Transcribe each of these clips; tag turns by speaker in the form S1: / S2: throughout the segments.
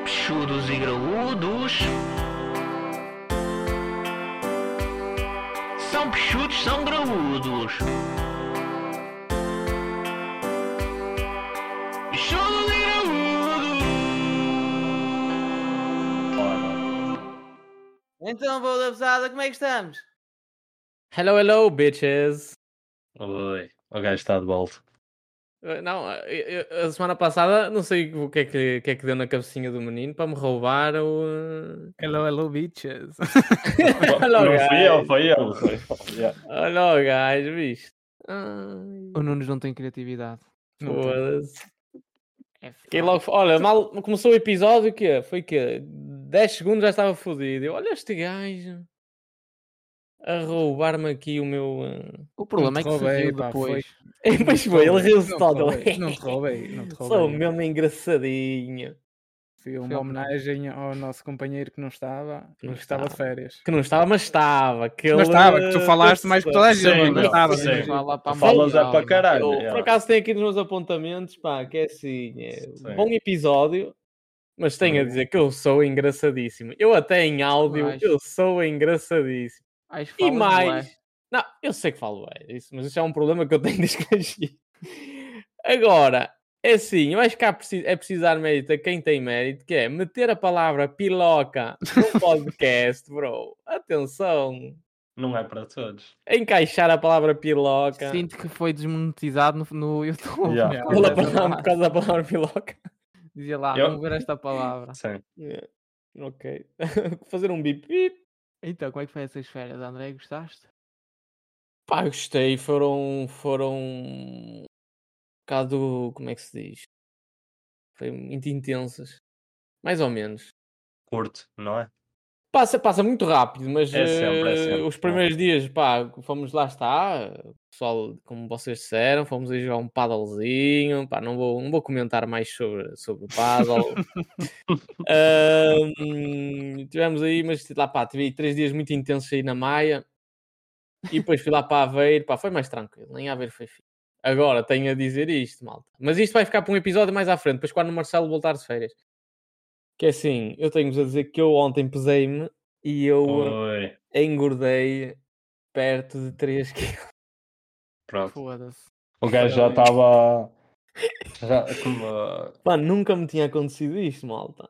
S1: cabeçudos e graúdos. São peixudos, são graúdos. Peixudos e graúdos.
S2: Então, vou da pesada, como é que estamos?
S3: Hello, hello, bitches.
S4: Oi, o gajo está de volta.
S3: Uh, Não, uh, eu- eu- a semana passada não sei o que é que, o que é que deu na cabecinha do menino para me roubar o. uh,
S5: é
S6: Hello, hello, bitches.
S3: Hello,
S4: não fui
S3: guys.
S4: eu, foi ele. Foi ele. Yeah.
S3: Olha o gajo, bicho. Ai,
S6: O Nunes não tem criatividade. Não tem.
S3: Foda-se.
S6: É
S3: Fiquei
S6: fraco.
S3: logo. fo- Olha, mal começou o episódio, o quê? Foi o quê? 10 segundos já estava fodido. Eu, olha este gajo a roubar-me aqui o meu. uh,
S6: O problema é que
S3: te roubei,
S6: se viu
S3: pá, foi.
S6: depois.
S3: E depois foi, ele riu-se
S5: Não
S3: todo.
S5: te roubei,
S3: ele,
S5: Não te roubei, não te roubei.
S3: Sou mesmo engraçadinho.
S5: Foi
S6: Foi
S5: uma
S6: uma-
S5: homenagem ao nosso companheiro que não estava, que
S3: não
S5: estava de
S3: estava.
S5: férias.
S3: Que não estava, mas estava. Que
S6: Não
S3: ele,
S6: estava, que tu
S3: uh,
S6: falaste mais que toda a gente.
S4: Sim,
S6: não
S4: não,
S6: estava,
S4: sim.
S6: mas vá lá para a
S4: Falas é
S6: moral,
S4: para
S6: não.
S4: caralho.
S3: Eu, por
S4: yeah.
S3: acaso tenho aqui nos meus apontamentos, pá, que é assim, é
S4: Sim.
S3: bom episódio, mas tenho a dizer que eu sou engraçadíssimo. Eu até em áudio,
S6: Mas-
S3: eu sou engraçadíssimo.
S6: Ai, as
S3: E
S6: falas, não é?
S3: mais, não, eu sei que falo é isso, mas isso é um problema que eu tenho desde que nasci. Agora, é assim, eu acho que há preci- é preciso dar mérito a quem tem mérito, que é meter a palavra piloca num podcast, bro. Atenção,
S4: Não é para todos.
S3: encaixar a palavra piloca.
S6: Sinto que foi desmonetizado no, no YouTube.
S4: Yeah.
S6: por causa
S3: Pela
S6: dessa
S3: palavra-
S6: frase.
S3: por causa da palavra piloca.
S6: Dizia lá,
S4: Eu-
S6: vamos ver esta palavra.
S4: Sim.
S3: É, Ok. Fazer um bip. bip.
S6: Então, como é que foi essas férias, André? Gostaste?
S3: Pá, eu gostei. Foram. Foram. Um bocado. Como é que se diz? Foi muito intensas. Mais ou menos.
S4: Curto, não é?
S3: Passa, passa muito rápido, mas
S4: É sempre, é
S3: eh,
S4: sempre,
S3: os
S4: não é?
S3: primeiros dias, pá, fomos lá está, o pessoal, como vocês disseram, fomos aí jogar um paddlezinho, pá, não vou, não vou comentar mais sobre, sobre o paddle. Ahm, tivemos aí, mas lá pá, tive aí três dias muito intensos aí na Maia, e depois fui lá para Aveiro, pá, foi mais tranquilo, nem Aveiro foi fixe. Agora tenho a dizer isto, malta. Mas isto vai ficar para um episódio mais à frente, depois quando o Marcelo voltar de férias. Que é assim, eu tenho-vos a dizer que eu ontem pesei-me e eu uh,
S4: Oi.
S3: engordei perto de 3 quilos.
S4: Pronto.
S6: Foda-se.
S4: O gajo já estava. Já, como,
S3: Pá, nunca me tinha acontecido isto, malta.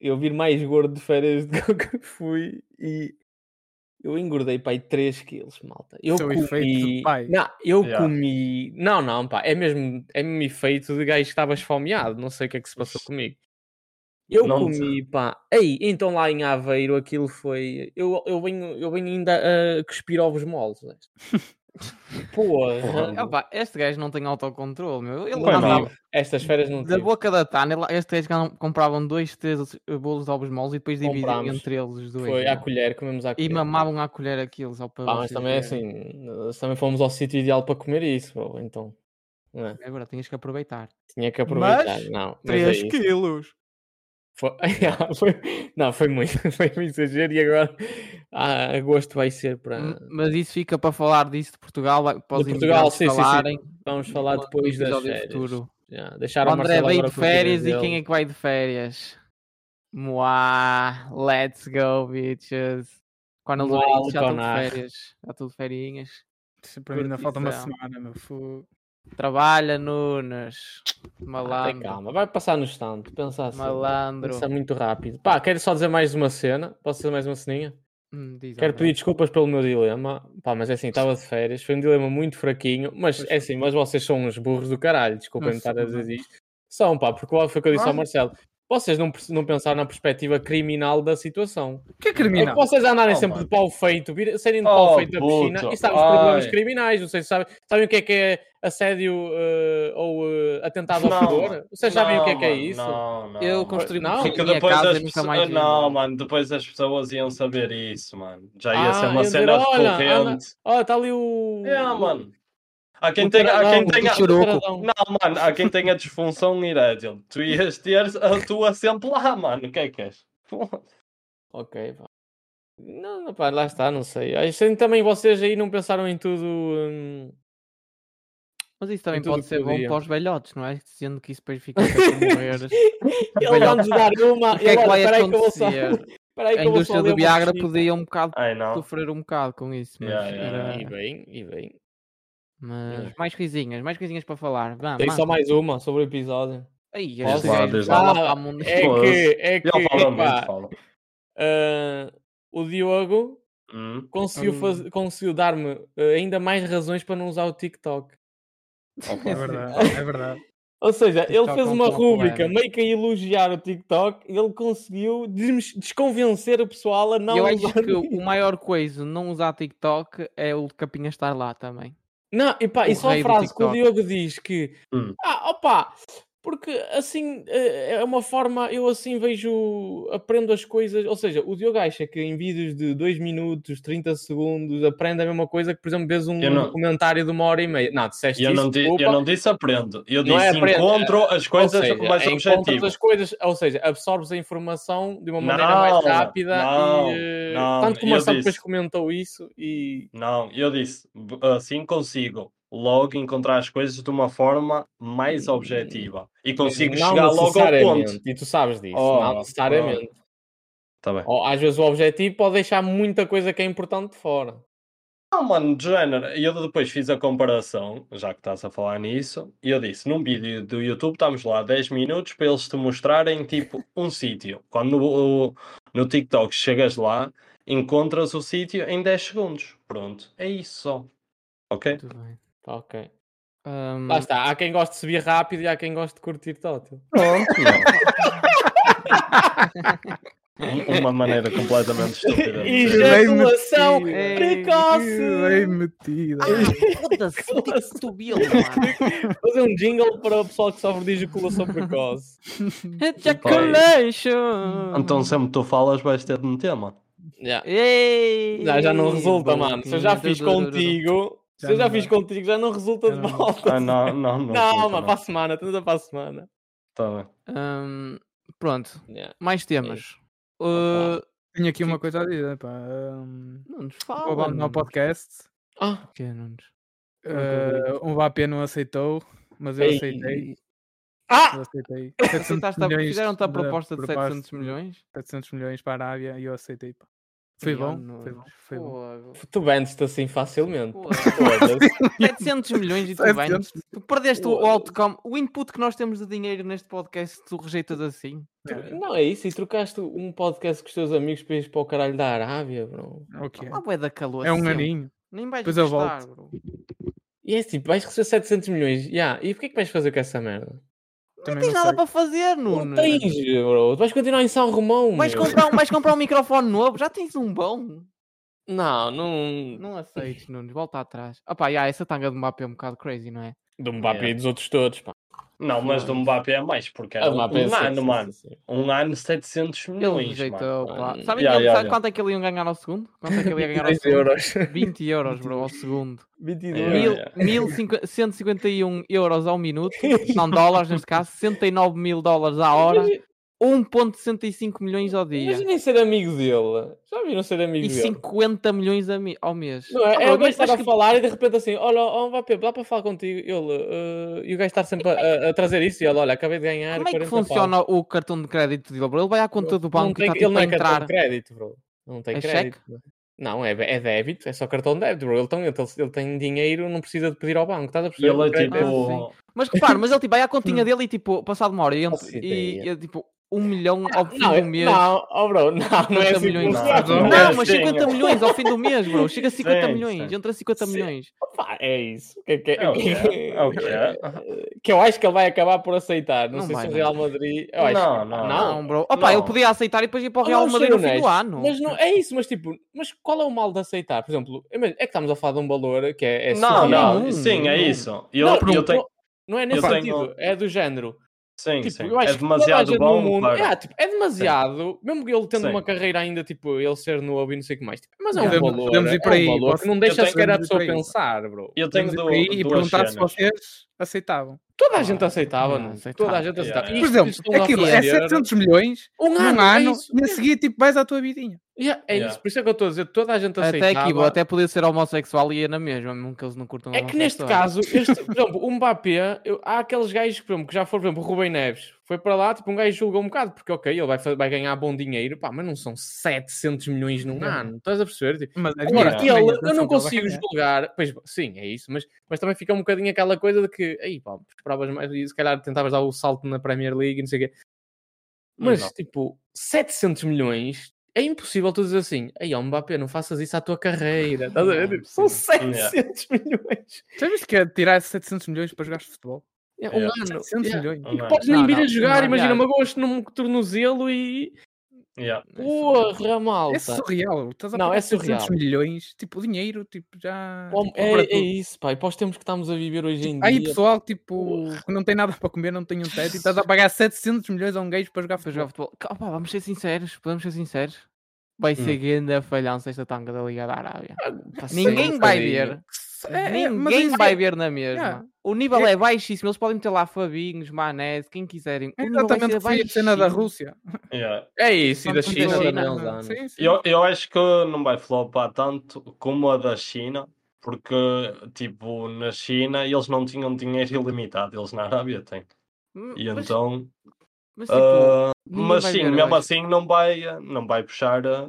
S3: Eu vir mais gordo de férias do que eu que fui e eu engordei pá, 3 quilos, malta. Eu
S5: Isso é o efeito de
S3: comi.
S5: pai.
S3: Não, eu
S4: Já.
S3: comi. Não, não, pá, é mesmo, é mesmo efeito de gajo que estava esfomeado. Não sei o que é que se passou comigo. Eu
S4: Não te-
S3: comi, pá. Ei, então lá em Aveiro aquilo foi. Eu, eu, venho, eu venho ainda a cuspir ovos moles. né? Porra.
S4: Porra.
S6: Ah, pá, este gajo não tem autocontrole, meu. Ele
S4: Pois
S6: andava-
S4: não.
S3: Estas férias não
S6: Da
S3: tive.
S6: boca da Tana, ele- este gajo gan- compravam dois, três eh, bolos de ovos moles e depois dividiam
S3: Comprámos.
S6: entre eles os dois.
S3: Foi à
S6: meu.
S3: colher, comemos à
S6: E
S3: colher.
S6: mamavam à colher aquilo só para.
S3: Pá, mas
S6: vocês
S3: também é
S6: verem.
S3: assim, nós também fomos ao sítio ideal para comer isso, bro, então. não é?
S6: Agora tinhas que aproveitar.
S3: Tinha que
S5: Mas,
S3: aproveitar. não, mas é isso.
S5: quilos.
S3: Foi- Ah, foi- não, foi muito, foi um exagero e agora ah, agosto vai ser para.
S6: M- Hum, Mas isso fica para falar disso de Portugal, vai- para
S3: Ah,
S6: os
S3: De Portugal,
S6: imigrantes
S3: sim, sim, sim.
S6: falarem.
S3: Vamos falar
S6: no
S3: depois das
S6: episódio
S3: férias.
S6: futuro.
S3: Já,
S6: O
S3: deixaram
S6: André
S3: Marcelo
S6: veio
S3: agora
S6: de
S3: com as ideias
S6: férias e quem
S3: dele.
S6: é que vai de férias? Moá, let's go, bitches. Quando eles
S3: Moá,
S6: ouvirem isto, já estão de
S3: Alconar.
S6: férias, já estão de ferinhas.
S5: Isso para mim ainda falta uma
S6: Curtição.
S5: semana, meu. Fu-
S6: Trabalha, Nunes.
S3: Ah, tem
S6: Malandro.
S3: calma, vai passar no stand, pensa assim.
S6: tá Malandro.
S3: Pensa muito rápido. Pá, quero só dizer mais uma cena. Posso dizer mais uma ceninha?
S6: Hum, diz,
S3: Quero
S6: André.
S3: pedir desculpas pelo meu dilema. Pá, mas é assim, estava de férias, foi um dilema muito fraquinho, mas é assim, mas vocês são uns burros do caralho, desculpem-me
S5: Não são,
S3: estar a
S5: não.
S3: dizer isto. São, pá, porque lá foi o que eu disse ao
S5: Ah.
S3: Marcelo. Vocês não, perce- não pensaram na perspectiva criminal da situação.
S5: O que é
S3: É que
S5: criminal?
S3: vocês andarem
S4: Oh,
S3: sempre
S4: mano.
S3: de pau feito, vir- saírem de pau
S4: Oh,
S3: feito da piscina
S4: puto,
S3: e sabem os problemas
S4: ai.
S3: criminais. Não sei se sabem. Sabem o que é que é assédio eh, ou eh, atentado ao
S4: Não,
S3: pudor?
S4: mano.
S3: Vocês sabem o que é que é
S4: mano,
S3: isso?
S4: Não, não,
S6: Eu
S4: mano.
S6: construí
S3: Não,
S6: muito
S3: porque
S4: Porque
S6: a minha
S4: depois
S6: casa
S4: as
S6: e nunca
S4: pessoas. Ah,
S6: mais vi.
S4: Não, mano, depois as pessoas iam saber isso, mano. Já ia
S3: Ah,
S4: ser uma
S3: iam dizer,
S4: cena
S3: "Olha,
S4: recorrente.
S3: Ó, está Ah, tá ali o.
S4: É, mano. Há quem
S3: O
S4: tenha. Há quem
S3: dragão, o
S4: tenha.
S6: Churuco.
S3: Cidadão.
S4: Não, mano, há quem tenha disfunção erétil. Tu ias ter a tua sempre lá, mano. O que é que és?
S3: Ok, pá. Não, não, pá, lá está, não sei. Aí, sendo também vocês aí não pensaram em tudo. hum,
S6: Mas isso também
S3: tudo
S6: pode
S3: que
S6: ser bom
S3: podia.
S6: para os velhotes, não é? Sendo que isso depois fica para morrer.
S3: Ele vai-nos dar uma.
S6: O que é que
S3: ele-
S6: vai
S3: peraí que eu vou só-
S6: acontecer?
S3: peraí É que
S6: A
S3: eu vou só
S6: indústria
S3: ler
S6: do
S3: uma
S6: Viagra
S3: pesquisa.
S6: podia um bocado
S4: Ai não.
S6: sofrer um bocado com isso, mas,
S4: Yeah, yeah,
S6: era-
S3: E bem, e bem.
S6: mas mais coisinhas, mais coisinhas para falar. Vá,
S3: Tem só
S6: manda.
S3: mais uma sobre o episódio.
S6: Ai,
S4: Posso?
S6: este
S4: Vá,
S6: gajo
S4: diz
S6: vai
S3: lá.
S6: lá para o mundo.
S3: É
S4: Foda-se.
S3: que, é que,
S4: Ele fala
S3: pá,
S4: muito, fala.
S3: ah, o Diogo
S4: Hum,
S3: conseguiu,
S5: Hum.
S3: faz- conseguiu dar-me ah, ainda mais razões para não usar o TikTok.
S5: É
S4: ok.
S5: verdade, é verdade.
S3: Ou seja, ele
S5: TikTok
S3: fez
S5: é um
S3: uma
S5: pouco
S3: rúbrica
S6: leve.
S3: meio que a elogiar o TikTok e ele conseguiu des- desconvencer o pessoal a não
S6: eu acho
S3: usar.
S6: que o maior coisa não usar TikTok é o de Capinha estar lá também.
S3: Não, e pá,
S6: o
S3: e só a
S6: rei do
S3: frase que o
S6: TikTok.
S3: Diogo diz que
S4: Hum.
S3: ah, opa, porque assim eh, é uma forma, eu assim vejo, aprendo as coisas, ou seja, o Diogo acha que em vídeos de 2 minutos, 30 segundos, aprende a mesma coisa que, por exemplo, vês um
S4: Eu não-
S3: comentário de uma hora e meia. Não, disseste
S4: E Eu
S3: isso,
S4: não, di-
S3: desculpa.
S4: eu não disse aprendo. Eu
S3: Não
S4: disse
S3: é aprendo,
S4: encontro as
S3: Ou
S4: coisas
S3: seja, é
S4: mais
S3: encontras
S4: objetivas.
S3: as coisas, ou seja, absorves a informação de uma maneira
S4: Não,
S3: mais rápida
S4: não,
S3: e eh,
S4: não,
S3: tanto como
S4: eu
S3: a Sam depois
S4: disse.
S3: comentou isso e
S4: Não, eu disse, "B- assim consigo logo encontrar as coisas de uma forma mais
S3: Hum,
S4: objetiva e consigo
S3: não
S4: chegar logo ao ponto.
S3: necessariamente, e tu sabes disso,
S4: Oh,
S3: não necessariamente.
S4: Tá bem.
S3: Ou, às vezes o objetivo pode deixar muita coisa que é importante de fora.
S4: Não, "Ah, mano, de género. E eu depois fiz a comparação, já que estás a falar nisso, e eu disse, num vídeo do YouTube estamos lá 10 minutos para eles te mostrarem tipo um sítio. Quando no, no TikTok chegas lá, encontras o sítio em 10 segundos. Pronto, é isso só. Ok?
S6: Muito bem.
S3: Tá, Ok.
S4: Hum.
S6: Ahm,
S3: Lá está. Há quem goste de subir rápido e há quem goste de curtir tótil.
S4: Pronto, meu. Um- Uma maneira completamente estúpida. de dizer.
S3: Ejaculação
S6: Ei,
S3: precoce!
S5: Bem metida.
S6: Ah, foda-se, o que é que tu viu, mano?
S3: Fazer um jingle para o pessoal que sofre de ejaculação precoce. é.
S6: Ejaculation!
S4: Então sempre tu falas vais ter de meter, mano.
S3: Yeah.
S6: Ei,
S3: Já, já não resulta, mano. Se eu já
S6: boquinha,
S3: fiz
S6: durururu.
S3: contigo,
S5: Já
S3: se eu já
S5: não
S3: fiz
S5: dá.
S3: contigo, já não resulta
S5: Já
S3: de
S5: não dá.
S3: volta.
S4: Ah, não, não, não.
S3: Não,
S4: puta,
S3: mano, para a semana, tenta para a semana.
S4: Tá bem.
S6: Ahm, pronto,
S3: Yeah.
S6: mais temas.
S3: Opa.
S6: Uh,
S5: Tenho aqui uma coisa a dizer, pá. Ahm,
S6: não nos
S5: Vou
S6: fala.
S5: abandonar o
S6: Nunes.
S5: podcast.
S3: Ah,
S6: Porquê, Nunes?
S5: Ah, um VAP não aceitou, mas eu
S3: Ei.
S5: aceitei.
S3: ah!
S5: Eu aceitei. 700
S6: Aceitaste a-
S5: milhões
S6: Fizeram-te a
S5: de
S6: proposta de 700
S5: proposta-
S6: milhões?
S5: 700 milhões para a Arábia e eu aceitei. Pá. Foi,
S6: Ei, ó,
S5: bom,
S6: Nunes,
S5: foi bom, foi bom.
S6: fogo.
S3: Tu vendes-te assim facilmente.
S6: Foda-se.
S3: Foda-se.
S6: 700 milhões e tu vendes.
S5: 700.
S6: Tu perdeste o, o
S3: Foda-se.
S6: outcome, o input que nós temos de dinheiro neste podcast, tu rejeitas assim.
S3: Tu- Não é isso, e trocaste um podcast com os teus amigos para ires para o caralho da Arábia, bro.
S5: Ok.
S6: Ah, bué da calor.
S5: É um
S6: sempre.
S5: aninho.
S6: Nem vais
S5: Depois eu
S6: gostar, bro.
S3: E é tipo, vais receber 700 milhões. Yeah. E porquê que vais fazer com essa merda?
S6: Não
S5: Também
S6: tens
S5: não
S6: nada
S5: sei.
S6: para fazer,
S3: Não
S6: Nunes.
S3: tens, bro. Tu vais continuar em São Romão.
S6: Vais
S3: meu.
S6: comprar, um, vais comprar um microfone novo, já tens um bom.
S3: Não, não.
S6: Não aceites, Nunes, volta atrás. Opá, já, essa tanga do Mbappé é um bocado crazy, não é?
S3: Do Mbappé
S4: Yeah.
S3: um e dos outros todos. Pá.
S4: Não, mas do Mbappé é mais, porque era
S3: Ah,
S4: um,
S3: Mbappé,
S4: um
S3: sim,
S4: ano,
S3: sim,
S4: mano.
S3: sim, sim.
S4: Um ano 700
S6: Ele
S4: milhões, mano.
S6: rejeitou, pá.
S3: Ah,
S4: yeah,
S6: Sabe, ele-
S4: yeah,
S6: sabe
S4: yeah.
S6: quanto é que ele ia ganhar ao segundo? Quanto é que ele ia ganhar ao
S3: 22
S6: segundo?
S3: euros.
S6: 20 euros, bro, ao segundo.
S3: 22
S4: Yeah,
S6: Mil,
S3: euros.
S4: yeah.
S6: mil cinqu- 151 euros ao minuto, não dólares neste caso, 69 mil dólares à hora, 1.65 milhões ao dia
S3: Imaginem ser amigo dele. Já viram ser amigo
S6: e
S3: dele?
S6: 50 milhões a mi- ao mês.
S3: Não, é,
S6: Ah,
S3: é
S6: bro,
S3: o gajo estar
S6: acho
S3: a
S6: que-
S3: falar e de repente assim, olha, ó, Mbappé, dá para falar contigo. Ele, "Ah", e o gajo estar sempre a, a- a trazer isso e ele, olha, acabei de ganhar.
S6: Como é que
S3: 40 pau."
S6: funciona o cartão de crédito dele, bro? Ele vai à conta do banco
S3: não tem,
S6: e está
S3: ele
S6: tipo
S3: não
S6: a
S3: é cartão
S6: entrar.
S3: de crédito, bro. Não tem
S6: É cheque?
S3: crédito. bro. Não, é, é débito, é só cartão de débito, bro. Ele tem, ele, ele tem dinheiro, não precisa de pedir ao banco, estás a
S4: E
S3: perceber?
S4: ele é
S3: Crédito
S4: tipo.
S6: Mas repare, mas ele tipo vai à
S3: Hum.
S6: continha dele e tipo, passado uma hora, e,
S3: Faço
S6: entra, e,
S3: ideia.
S6: e, tipo, um milhão ao fim
S3: Ah, Não,
S6: do
S3: eu-
S6: mês.
S3: não, oh, bro, não, não é
S6: 50
S3: assim que
S6: milhões.
S3: funciona.
S4: Não,
S3: Não,
S6: Não,
S4: Mas
S6: mas
S4: sim,
S6: 50
S4: é.
S6: milhões ao fim do mês, bro. Chega a 50
S4: Sim,
S6: milhões,
S4: sim.
S6: entra 50
S3: Sim.
S6: milhões.
S3: pá, é isso. Que, que-
S4: É o que é, é o que é.
S3: que eu acho que ele vai acabar por aceitar. Não,
S6: Não
S3: sei
S6: vai,
S3: se o
S6: não.
S3: Real Madrid. eu acho
S4: Não,
S3: que-
S4: não,
S6: Não,
S3: não.
S6: bro. Opa,
S4: não.
S6: ele podia aceitar e depois ir para o
S5: Ah,
S6: Real
S3: Vamos ser
S6: Madrid no fim do
S3: honestos,
S6: ano.
S3: Mas não, é isso, mas tipo, mas qual é o mal de aceitar? Por exemplo, imagina, é que estamos a falar de um valor que é. é
S4: Não,
S3: surreal.
S4: não,
S6: não,
S4: sim, é
S6: não.
S4: isso. E
S3: não,
S4: Ele,
S3: não,
S4: eu tenho.
S3: não- não é nesse
S4: eu
S3: sentido,
S4: tenho-
S3: é do género.
S4: Sim,
S3: Tipo,
S4: sim.
S3: eu acho
S4: É
S3: que toda a
S4: demasiado
S3: gente no
S4: bom
S3: mundo-
S4: para.
S3: é, tipo, é demasiado, mesmo que ele tendo
S4: Sim.
S3: uma carreira ainda, tipo, ele ser novo e não sei o que mais. tipo, mas é um
S5: Podemos-
S3: valor,
S5: podemos ir
S3: é
S5: por aí,
S3: um valor
S5: posso-
S3: que não deixa
S4: tenho-
S3: sequer a
S5: podemos ir por
S3: pessoa
S5: aí.
S3: pensar, bro.
S4: Eu tenho
S5: Temos
S4: du-
S5: aí e
S4: duas
S5: perguntar se
S4: cenas.
S5: vocês aceitavam.
S3: Toda a gente aceitava,
S6: não
S3: não?
S6: aceitava.
S3: Toda a gente
S4: Yeah.
S3: aceitava.
S5: Por exemplo, aquilo é 700 milhões
S3: Um
S5: num
S3: ano,
S5: ano
S3: é isso.
S5: e a seguir tipo, vais à tua vidinha.
S3: Yeah, é
S4: Yeah.
S3: isso. Por isso é que eu estou a dizer, toda a gente aceitava.
S6: Até aqui, bro, até podia ser homossexual e ia na mesma, mesmo que eles não curtam
S3: É que neste caso, este, por exemplo, o Mbappé, eu- há aqueles gajos que, por exemplo, que já foram, por exemplo, o Rubem Neves, foi para lá, tipo, um gajo julga um bocado, porque ok, ele vai, fa- vai ganhar bom dinheiro, pá, mas não são 700 milhões num ano, estás a perceber? Tipo,
S5: Mas é
S3: Agora,
S5: dinheiro
S4: Yeah.
S3: ele,
S5: também,
S3: eu
S5: atenção,
S3: não
S5: que ele vai
S3: consigo
S5: ganhar.
S3: julgar, pois sim, é isso, mas, mas também fica um bocadinho aquela coisa de que, aí pá, esperavas mais, e se calhar tentavas dar o salto na Premier League e não sei o quê. Mas,
S4: Não.
S3: tipo, 700 milhões, é impossível tu dizer assim, aí ó Mbappé, não faças isso à tua carreira, estás a ver?
S6: Não,
S3: Tipo, São
S4: sim.
S3: 700 milhões,
S5: Já viste que é tirar 700 milhões para jogar futebol?
S3: é,
S4: Yeah.
S3: um ano.
S5: 700
S3: yeah.
S5: milhões.
S4: Não, é.
S3: E que
S4: não.
S3: podes nem
S6: Não,
S3: vir a
S6: não,
S3: jogar,
S6: não,
S3: imagina,
S6: aliás.
S3: magoas-te num tornozelo e...
S4: Yeah.
S3: Porra,
S5: É
S3: malta!
S5: surreal. Estás a
S3: Não,
S5: pagar
S3: é
S5: 700
S3: surreal.
S5: milhões. Tipo, o dinheiro, tipo, já.
S3: Pô,
S5: tipo, compra
S3: É, é
S5: tudo.
S3: isso, pá. E para os tempos que estamos a viver hoje em
S5: Há Aí
S3: dia...
S5: pessoal, tipo, que não tem nada para comer, não tem um teto e estás a pagar 700 milhões a um gajo para jogar
S6: Para
S5: futebol.
S6: jogar futebol. Cá, pá, vamos ser sinceros, podemos ser sinceros. Vai
S5: Hum.
S6: ser grande a falhança esta tanga da Liga da Arábia.
S5: Ah,
S3: pá,
S6: Ninguém
S3: sem
S6: vai
S3: bocadinho.
S6: ver.
S5: É, é, mas
S6: Ninguém
S5: isso é-
S6: vai ver na mesma.
S5: Yeah.
S6: O nível é baixíssimo. Eles podem meter lá Fabinhos, Manés, quem quiserem. O
S5: É
S6: nível vai
S5: exatamente o
S6: ser
S5: que foi a cena da
S6: baixíssimo.
S5: Rússia.
S4: Yeah.
S3: É isso, e da
S5: Quando
S3: China,
S6: da
S3: da
S6: China,
S3: Nela,
S5: Sim, sim.
S4: Eu, eu acho que não vai flopar tanto como a da China, porque, tipo, na China eles não tinham dinheiro ilimitado, eles na Arábia têm. E
S6: Mas-
S4: então.
S6: mas, tipo,
S4: ah,
S6: ninguém
S4: mas
S6: vai
S4: sim,
S6: ver, eu
S4: mesmo
S6: acho.
S4: assim não vai, não vai puxar a,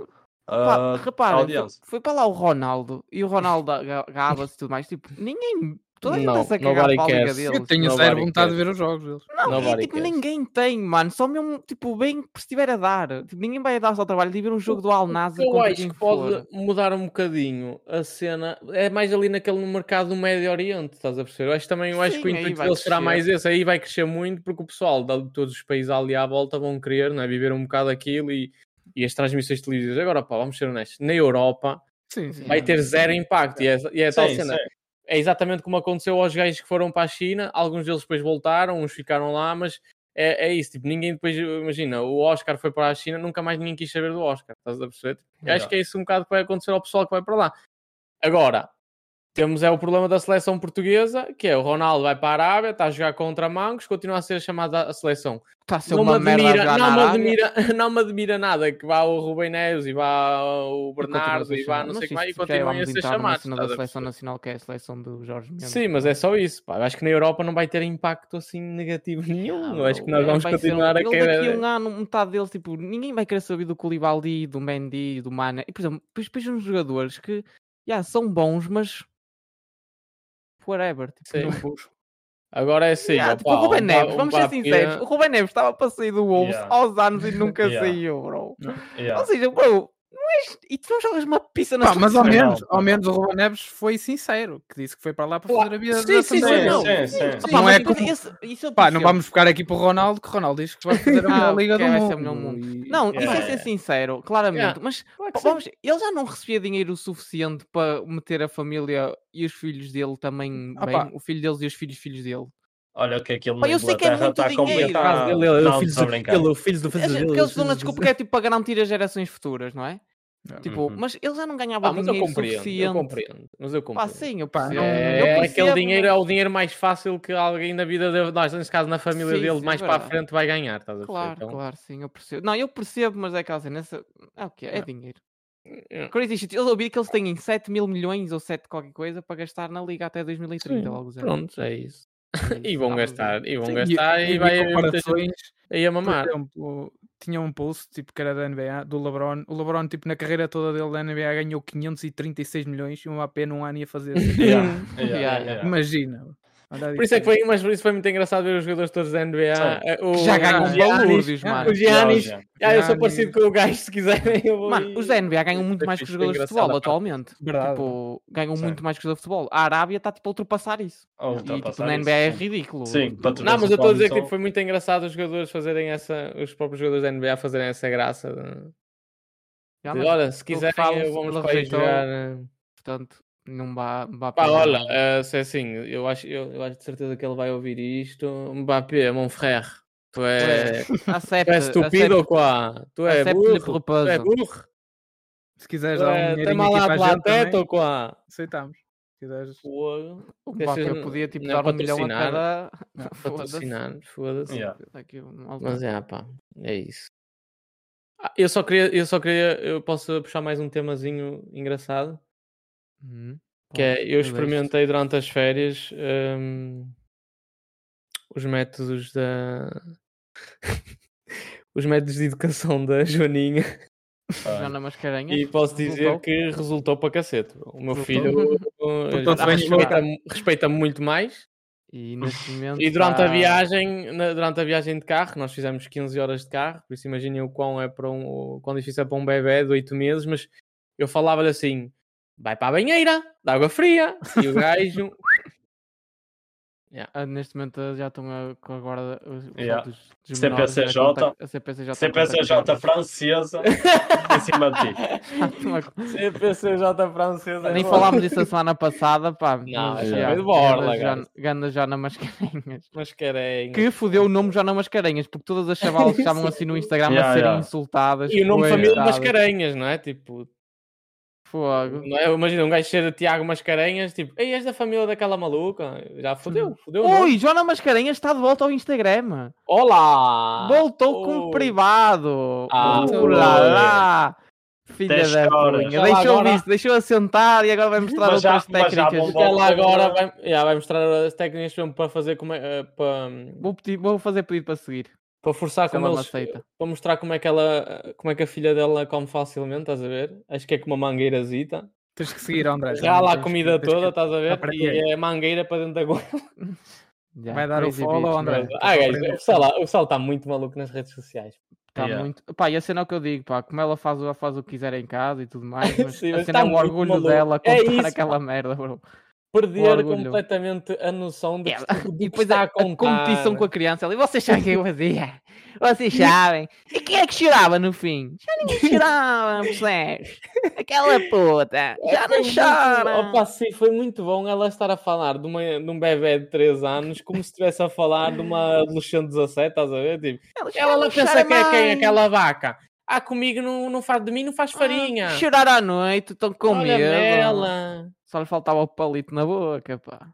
S6: Pá,
S3: Ah,
S4: a
S6: reparem, foi-
S4: audiência.
S6: foi, para lá o Ronaldo e o Ronaldo aga- gaba-se e tudo mais. Tipo, ninguém. Toda a gente
S3: Não,
S6: está a cagar
S3: nobody
S6: para a liga
S3: cares.
S6: deles.
S5: Eu tenho
S3: Nobody
S5: zero vontade
S3: cares.
S5: de ver os jogos deles.
S6: Não, e,
S3: Nobody
S6: tipo,
S3: cares.
S6: ninguém tem, mano. Só mesmo, tipo, bem que estiver a dar. Tipo, ninguém vai dar só trabalho de ver um jogo do Al Nassr
S3: Eu
S6: contra
S3: acho
S6: quem
S3: que pode
S6: for.
S3: mudar um bocadinho a cena. É mais ali naquele no mercado do Médio Oriente, estás a perceber? Eu acho também, eu acho que o
S6: Sim, aí
S3: intuito
S6: vai
S3: deles será
S6: crescer.
S3: mais esse. Aí vai crescer muito porque o pessoal de todos os países ali à volta vão querer não é? viver um bocado aquilo e, e as transmissões televisivas. Agora, pá, vamos ser honestos. Na Europa
S5: Sim, sim.
S3: vai ter zero impacto. E é, e é tal
S4: Sim,
S3: cena.
S4: sim.
S3: É exatamente como aconteceu aos gajos que foram para a China. Alguns deles depois voltaram, uns ficaram lá, mas é, é isso. Tipo, ninguém depois, imagina, o Oscar foi para a China, nunca mais ninguém quis saber do Oscar. Estás a perceber? Eu acho que é isso um bocado que vai acontecer ao pessoal que vai para lá. Agora, temos é o problema da seleção portuguesa, que é o Ronaldo vai para a Arábia, está a jogar contra Mangos, continua a ser chamado à à seleção.
S6: Está Tá a ser
S3: Não me,
S6: é uma merda a
S3: admira,
S6: jogar na
S3: não, me
S6: Arábia.
S3: admira, não me admira nada que vá o Rubem Neves e vá o
S6: continua a
S3: Bernardo
S6: ser
S3: e vá não sei
S6: chamado. Mas
S3: como é e
S6: isso já é,
S3: continuem a
S6: vamos
S3: ser
S6: entrar numa
S3: chamados.
S6: cena
S3: estás
S6: da
S3: a
S6: seleção
S3: perceber?
S6: nacional, que é a seleção do Jorge Mendes.
S3: Sim, mas é só isso. Pá. Eu acho que na Europa não vai ter impacto assim negativo nenhum. Eu acho que nós
S6: É,
S3: vamos
S6: Ah, vai ser um-
S3: continuar a
S6: eles
S3: querer.
S6: Daqui a um ano, metade deles, tipo, ninguém vai querer saber do Koulibaly, do Mendy, do Mana. E, por exemplo, depois, depois uns jogadores que, já, são bons, mas... Whatever, tipo,
S3: Sim.
S6: não-
S3: Agora é assim.
S6: Ah,
S3: opá,
S6: tipo, o Ruben
S3: um ba-
S6: Neves,
S3: um
S6: vamos ser
S3: Mbappé-
S6: sinceros, o Ruben Neves estava para sair do Wolves
S4: Yeah.
S6: aos anos e nunca
S4: Yeah.
S6: saiu, bro.
S4: Yeah.
S6: Ou seja, bro, não és... e tu não jogas uma pizza na
S5: Pá, mas ao
S4: Não,
S5: menos,
S4: não.
S5: ao menos o Ruben Neves foi sincero, que disse que foi para lá para
S3: Claro.
S5: fazer a vida
S3: Sim, sim,
S5: da
S3: sim,
S6: é
S5: família.
S3: não.
S4: Sim, sim, sim.
S5: não é
S6: depois
S5: como-
S6: tipo, esse- isso eu
S5: Pá, não
S6: percebo.
S5: vamos ficar aqui para o Ronaldo, que o Ronaldo diz que vai fazer a
S6: Ah,
S5: melhor liga
S6: que
S5: do
S6: vai ser a
S5: mundo.
S6: melhor mundo.
S5: E-
S6: Não,
S4: Yeah,
S6: isso é
S4: yeah,
S6: ser
S4: yeah.
S6: sincero, claramente.
S3: Yeah.
S6: Mas
S3: Claro que
S6: pá,
S3: sim.
S6: vamos, ele já não recebia dinheiro o suficiente para meter a família e os filhos dele
S3: Hum,
S6: também
S5: Ah, pá.
S6: bem, o filho deles e os filhos filhos dele.
S4: Olha que aquilo
S6: Pá,
S4: na
S6: eu sei que é
S4: Inglaterra
S6: muito
S4: está
S6: dinheiro.
S4: complicado.
S3: Ele é o
S4: não,
S3: filho
S4: estou a
S3: do-
S4: brincar.
S3: ele é o filho do
S6: Eles- Assim, Porque eles dão a desculpa que é tipo para garantir as gerações futuras, não é?
S5: Não.
S6: Tipo,
S4: Uhum.
S6: mas ele já não ganhava
S3: Ah, mas eu
S6: dinheiro
S3: compreendo,
S6: suficiente.
S3: eu compreendo, mas eu
S6: Pá,
S3: compreendo.
S6: sim, eu
S5: Pá,
S6: percebo.
S5: não-
S6: eu
S3: É, aquele
S6: percebo,
S3: dinheiro é
S6: mas-
S3: o dinheiro mais fácil que alguém na vida de nós, nesse caso na família
S6: Sim,
S3: dele,
S6: sim,
S3: mais
S6: é
S3: para a
S6: verdade.
S3: frente vai ganhar, estás a perceber?
S6: Claro,
S3: Então, Ah.
S6: claro, sim, eu percebo. Não, eu percebo, mas é aquela cena. Essa... É o que é? É
S5: Yeah.
S6: dinheiro.
S3: yeah.
S6: Crazy shit. Eu ouvi que eles têm 7 mil milhões ou 7 qualquer coisa para gastar na liga até 2030,
S3: Sim,
S6: logo os anos.
S3: Pronto, é isso.
S6: É
S3: E
S6: isso,
S3: vão
S6: dá para ver.
S3: gastar, e vão
S5: Sim,
S3: gastar e,
S5: vi
S3: vai haver muita gente
S5: comparações,
S3: aí a
S5: por
S3: mamar.
S5: exemplo, tinha um post tipo, que era da NBA, do LeBron. O LeBron, tipo, na carreira toda dele da NBA ganhou 536 milhões e uma AP num ano ia fazer assim.
S4: Yeah,
S6: Yeah,
S4: yeah,
S6: yeah.
S4: yeah.
S5: Imagina. Olha
S3: Por isso é que foi, mas por isso foi muito engraçado ver os jogadores todos da NBA.
S4: Sim.
S3: eh, O,
S6: Que já ganham
S3: o
S6: balúrdios,
S3: Giannis,
S6: mano.
S3: o Giannis.
S4: Yeah,
S3: Ah, eu sou
S5: Giannis.
S3: parecido com o gajo, se quiserem. Eu vou
S6: Mano, os
S3: aí.
S6: da NBA ganham muito
S3: Eu
S6: mais que os
S3: fico
S6: jogadores de
S3: engraçado
S6: futebol
S3: à parte.
S6: atualmente.
S5: Verdade.
S6: Tipo, ganham
S4: Sim.
S6: muito mais que os jogadores de futebol. A Arábia está tipo a ultrapassar isso.
S4: yeah.
S6: E tipo,
S4: Ultrapassar
S6: na
S4: isso,
S6: NBA é
S4: sim.
S6: ridículo.
S4: Sim, para tu
S3: Não,
S4: veres
S3: mas
S4: o
S3: eu estou a dizer que
S4: quanto-
S3: tipo, foi muito engraçado os jogadores fazerem essa, os próprios jogadores da NBA fazerem essa graça. de-
S6: Já
S3: de,
S6: não-
S3: olha, se
S6: que
S3: quiserem,
S6: falam,
S3: eu vamos
S6: ele
S3: para aí
S6: rejeitou.
S3: jogar. eh.
S6: Portanto, não vá, não vá
S3: Pá,
S6: para
S3: olha,
S6: nada.
S3: eh, se é assim, eu acho, eu, eu acho de certeza que ele vai ouvir isto. Mbappé, mon frère, tu é, tu
S6: Aceita.
S3: é estúpido ou quá? Tu é
S6: Aceita-lhe
S3: burro? Tu é
S6: propósito.
S3: burro?
S5: Se quiseres
S3: Tu
S5: dar um
S3: é, tem
S5: dinheirinho
S3: mal
S5: aqui para
S3: lá
S5: a
S3: pela
S5: gente também,
S3: teta ou quá?
S5: aceitamos. quiseres.
S3: Fogo.
S6: O
S3: Quer seja,
S6: Mbappé podia tipo
S3: não é
S6: dar um milhão a
S3: patrocinar. é
S6: cada. Foda-se. um
S3: Patrocinar, foda-se.
S4: Yeah.
S6: Aqui, malta.
S3: Mas é, pá, é isso. Ah, eu só queria, eu só queria, eu posso puxar mais um temazinho engraçado.
S6: Uhum.
S3: Que é, eu
S6: eu deixo-te.
S3: experimentei durante as férias hum, os métodos da. os métodos de educação da Joaninha
S4: Ah,
S6: Já na mascarenha.
S3: e posso dizer
S6: Resultou?
S3: que resultou para cacete. bro. O meu
S6: Resultou?
S3: filho uh,
S5: Portou-se bem no
S3: respeita, respeita muito mais.
S6: E neste momento.
S3: E durante a
S6: tá-
S3: viagem, na- durante a viagem de carro, nós fizemos 15 horas de carro, por isso imaginem o quão é para um, o quão difícil é para um bebê de 8 meses, mas eu falava-lhe assim: vai para a banheira, de água fria, e o gajo.
S6: ah, Neste momento ah, já estão a- com a guarda. os- os
S4: Yeah.
S6: outros dos
S3: é
S6: menores a
S4: CPCJ.
S6: contact- A é CPCJ. a
S4: CPCJ
S6: contactar.
S4: francesa em cima de ti.
S6: Já estão a
S3: CPCJ francesa. é
S6: Nem falámos disso a semana passada, pá.
S3: Não,
S6: mas
S3: já
S6: já,
S3: foi de borla,
S6: ganda já-
S3: gajo. É.
S6: Ganda já na Mascarenhas.
S3: Mas querem.
S6: Que fodeu o nome já na Mascarenhas, porque todas as chavalas que estavam assim no Instagram
S4: Yeah,
S6: a serem
S4: yeah.
S6: insultadas.
S3: E o nome de família de
S6: coitadas,
S3: Mascarenhas, não é? Tipo,
S6: Fogo.
S3: não é? imagina um gajo ser de Tiago Mascarenhas, tipo, ei, és da família daquela maluca. Já fodeu, fodeu. o nome.
S6: Ui, Joana Mascarenhas está de volta ao Instagram.
S3: Olá!
S6: Voltou
S3: ui.
S6: como privado.
S3: Ah,
S6: Oh,
S4: ui.
S6: lá, lá. Filha
S4: Dez
S6: da
S4: horas.
S6: punha.
S3: Já lá
S6: Deixou
S3: agora-
S6: isso, deixou assentar e agora vai mostrar
S4: Mas já-
S6: outras
S4: mas já
S6: técnicas.
S4: vão-
S3: Ela
S4: Volta
S3: agora
S4: na-
S3: vai, já vai mostrar as técnicas mesmo para fazer como é, eh, para,
S6: Vou, pedir- vou fazer pedido para seguir.
S3: para forçar
S6: Se
S3: como
S6: ela me
S3: eles,
S6: aceita.
S3: para mostrar como é que ela como é que a filha dela come facilmente, estás a ver? Acho que é com uma mangueirazita.
S5: Tens que seguir, André.
S3: Rala a
S5: tens-
S3: comida
S5: tens que-
S3: toda, estás a ver?
S5: aprender.
S3: E é mangueira para dentro da guarda.
S6: Já,
S5: Vai dar o
S6: crazy
S5: follow,
S6: bitch, né?
S5: André.
S6: man.
S5: Tens que
S3: Ah, gajo,
S5: aprender.
S3: o pessoal lá- o pessoal está muito maluco nas redes sociais.
S6: Tá
S4: Yeah.
S6: muito. Pá, e a cena é o que eu digo, pá, como ela faz, o- faz o que quiser em casa e tudo mais, mas
S3: Sim,
S6: a
S3: mas
S6: cena é
S3: tá
S6: o
S3: muito
S6: orgulho
S3: maluco.
S6: dela
S3: É
S6: contar
S3: isso,
S6: aquela merda, bro.
S3: Perder
S6: orgulho.
S3: completamente a noção de,
S6: Ela-
S3: do que
S6: É, E depois
S3: está
S6: a,
S3: a,
S6: a
S3: contar.
S6: competição com a criança ali, vocês sabem o que eu fazia? Vocês sabem. E quem é que chorava no fim? Já ninguém chorava, percebes? Aquela puta,
S3: é
S6: já
S3: Foi
S6: não
S3: muito-
S6: chora.
S3: Opa, sim, foi muito bom ela estar a falar de, uma, de um bebê de 3 anos como se estivesse a falar de uma adolescente de 17, estás a ver? Tipo, ela, ela pensa que é quem? Aquela vaca. Ah, comigo não, não faz de mim, não faz farinha.
S6: Ah, chorar à noite, estão com
S3: Olha
S6: medo.
S3: ela.
S6: Só lhe faltava o palito na boca, pá.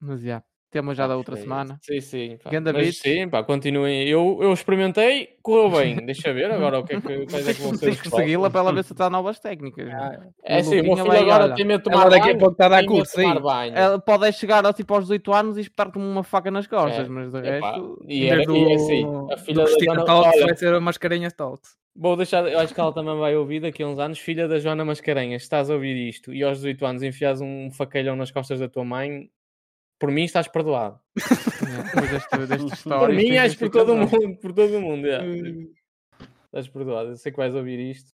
S6: Mas já, tema já da outra semana.
S3: É Sim, sim. Pá.
S6: Ganda
S3: Mas
S6: bitch.
S3: sim, pá, continuem. Eu, eu experimentei, correu bem. Deixa ver agora o que é que, quais é que vão ser
S6: Tens
S3: os
S6: que segui-la
S3: próximos.
S6: para ela ver se está novas técnicas. né? meu.
S3: É assim, o meu
S6: Maluquinha
S3: filho
S6: vai,
S3: agora
S6: olha.
S3: tem medo de tomar
S5: Ela daqui a
S3: banho.
S5: pouco está a dar
S3: tem medo de
S5: curso aí.
S3: tomar banho.
S6: Ela pode é chegar ao, tipo, aos 18 anos e espetar-te uma faca nas costas,
S3: É,
S6: mas de
S3: Epá,
S6: resto.
S3: e, era,
S5: do-
S3: e é assim, a
S5: do
S3: filha da
S5: Cristina
S3: Joana-
S5: Talks
S3: olha,
S5: vai ser a mascarinha Talks.
S3: Vou deixar, eu acho que ela também vai ouvir daqui a uns anos. Filha da Joana Mascarenhas, estás a ouvir isto e aos 18 anos enfias um facalhão nas costas da tua mãe, por mim estás perdoado.
S6: né, depois deste- deste
S3: Por
S6: story,
S3: mim
S6: tens
S3: és
S6: esta
S3: por todo o
S6: razão.
S3: mundo, por todo o mundo. é. Estás perdoado, eu sei que vais ouvir isto.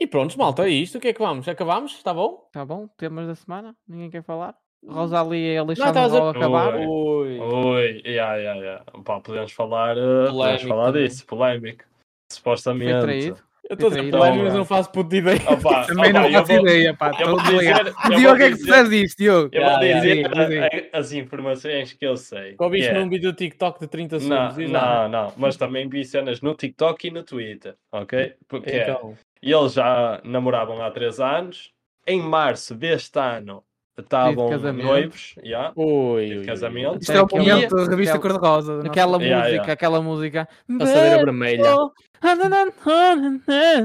S3: E pronto, malta, é isto. O que é que vamos? Acabamos? Está bom?
S6: Tá bom, temas da semana? Ninguém quer falar? Rosalie e Alexandre
S3: estavas a-
S6: Rola acabaram?
S4: Oi.
S3: Ui.
S4: Oi, yeah, yeah, yeah. Pá, podemos falar, eh, podemos
S3: Polémico
S4: falar
S3: também.
S4: disso, polémico.
S6: Foi
S4: Supostamente.
S6: traído.
S3: Eu estou a dizer
S6: Então,
S3: polémico, mas
S4: cara.
S3: não faço puto de ideia.
S4: Opa,
S5: Também
S4: opa,
S5: não
S4: eu
S5: faço
S4: vou-
S5: ideia, pá.
S4: Eu
S5: Estou
S4: vou dizer,
S5: desligado.
S4: eu
S5: Diogo, o que
S4: vou
S5: é que Ah, tu sabes
S4: dizer,
S5: diz, Diogo?
S4: eu vou
S3: Yeah, yeah.
S4: dizer
S5: Diz, diz aí.
S4: a- as informações que eu sei.
S3: Que ouviste
S4: que é-
S3: num vídeo do TikTok de 30
S4: Não,
S3: segundos. diz lá.
S4: não, não, mas também vi cenas no TikTok e no Twitter, ok? Porque é,
S3: Então,
S4: eles já namoravam há três anos, em março deste ano estavam
S6: casamento.
S4: noivos, já,
S3: ui,
S4: de
S3: ui, ui.
S4: casamento.
S5: Isto é o
S6: Aquela-
S5: momento
S3: um
S5: da revista
S6: aquela-
S5: cor-de-rosa. não?
S3: é
S6: Aquela
S4: Yeah,
S6: música,
S4: yeah.
S6: aquela música.
S3: Passadeira vermelha.
S5: É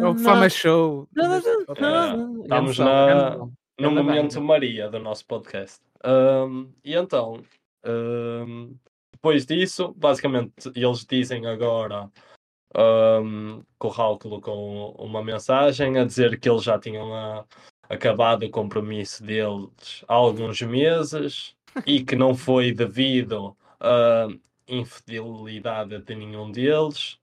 S5: o Fama Show.
S4: É, estamos
S6: Grande
S4: na-
S6: grande som.
S4: no
S6: Anda bem,
S4: momento Maria do nosso podcast. Ahm, e então, ahm, depois disso, basicamente, eles dizem agora ahm, que o Raul colocou uma mensagem a dizer que eles já tinham ah, acabado o compromisso deles há alguns meses e que não foi devido a infidelidade de nenhum deles.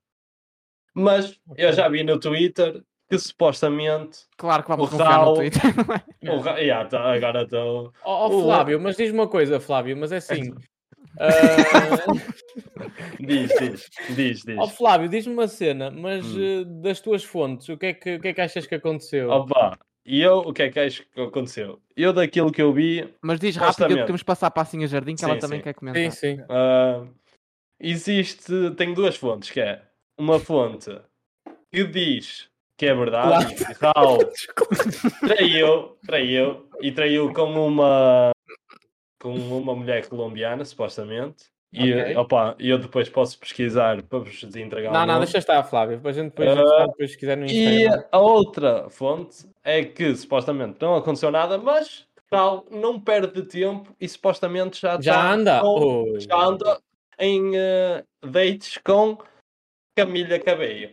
S4: Mas eu já vi no Twitter que supostamente
S6: Claro que vamos
S4: O
S6: confiar no
S4: Raul-
S6: Twitter.
S4: o Ra- Ya, tá, agora estou.
S3: Ó ó,
S4: O-
S3: oh, Flávio, mas diz-me uma coisa, Flávio, mas é assim. ah,
S4: Diz, diz, diz, diz.
S3: Ó Flávio, diz-me uma cena, mas
S4: Hum. Oh,
S3: eh, das tuas fontes, o que é que, o que, é que achas que aconteceu?
S4: Opa, e eu, o que é que acho que aconteceu? Eu, daquilo que eu vi,
S6: Mas diz rápido que
S4: Supostamente.
S6: temos que passar para a Sinha Jardim, que ela
S4: Sim,
S6: também
S4: sim.
S6: quer comentar.
S3: sim, sim.
S4: ah, existe. Tenho duas fontes: que é uma fonte que diz que é verdade, Raul traiu, traiu e traiu com uma com uma mulher colombiana, supostamente. E
S3: Ok.
S4: opa, eu depois posso pesquisar para vos entregar.
S3: Não,
S4: o
S3: não,
S4: nome.
S3: deixa estar, Flávio. Depois a gente depois,
S4: Ah,
S3: a gente fala depois se quiser no
S4: E
S3: Instagram.
S4: a outra fonte é que supostamente não aconteceu nada, mas Raul não perde tempo e supostamente já,
S3: Já
S4: está
S3: tá anda?
S4: com-
S3: Oi.
S4: já anda em eh, dates com Camila Cabello.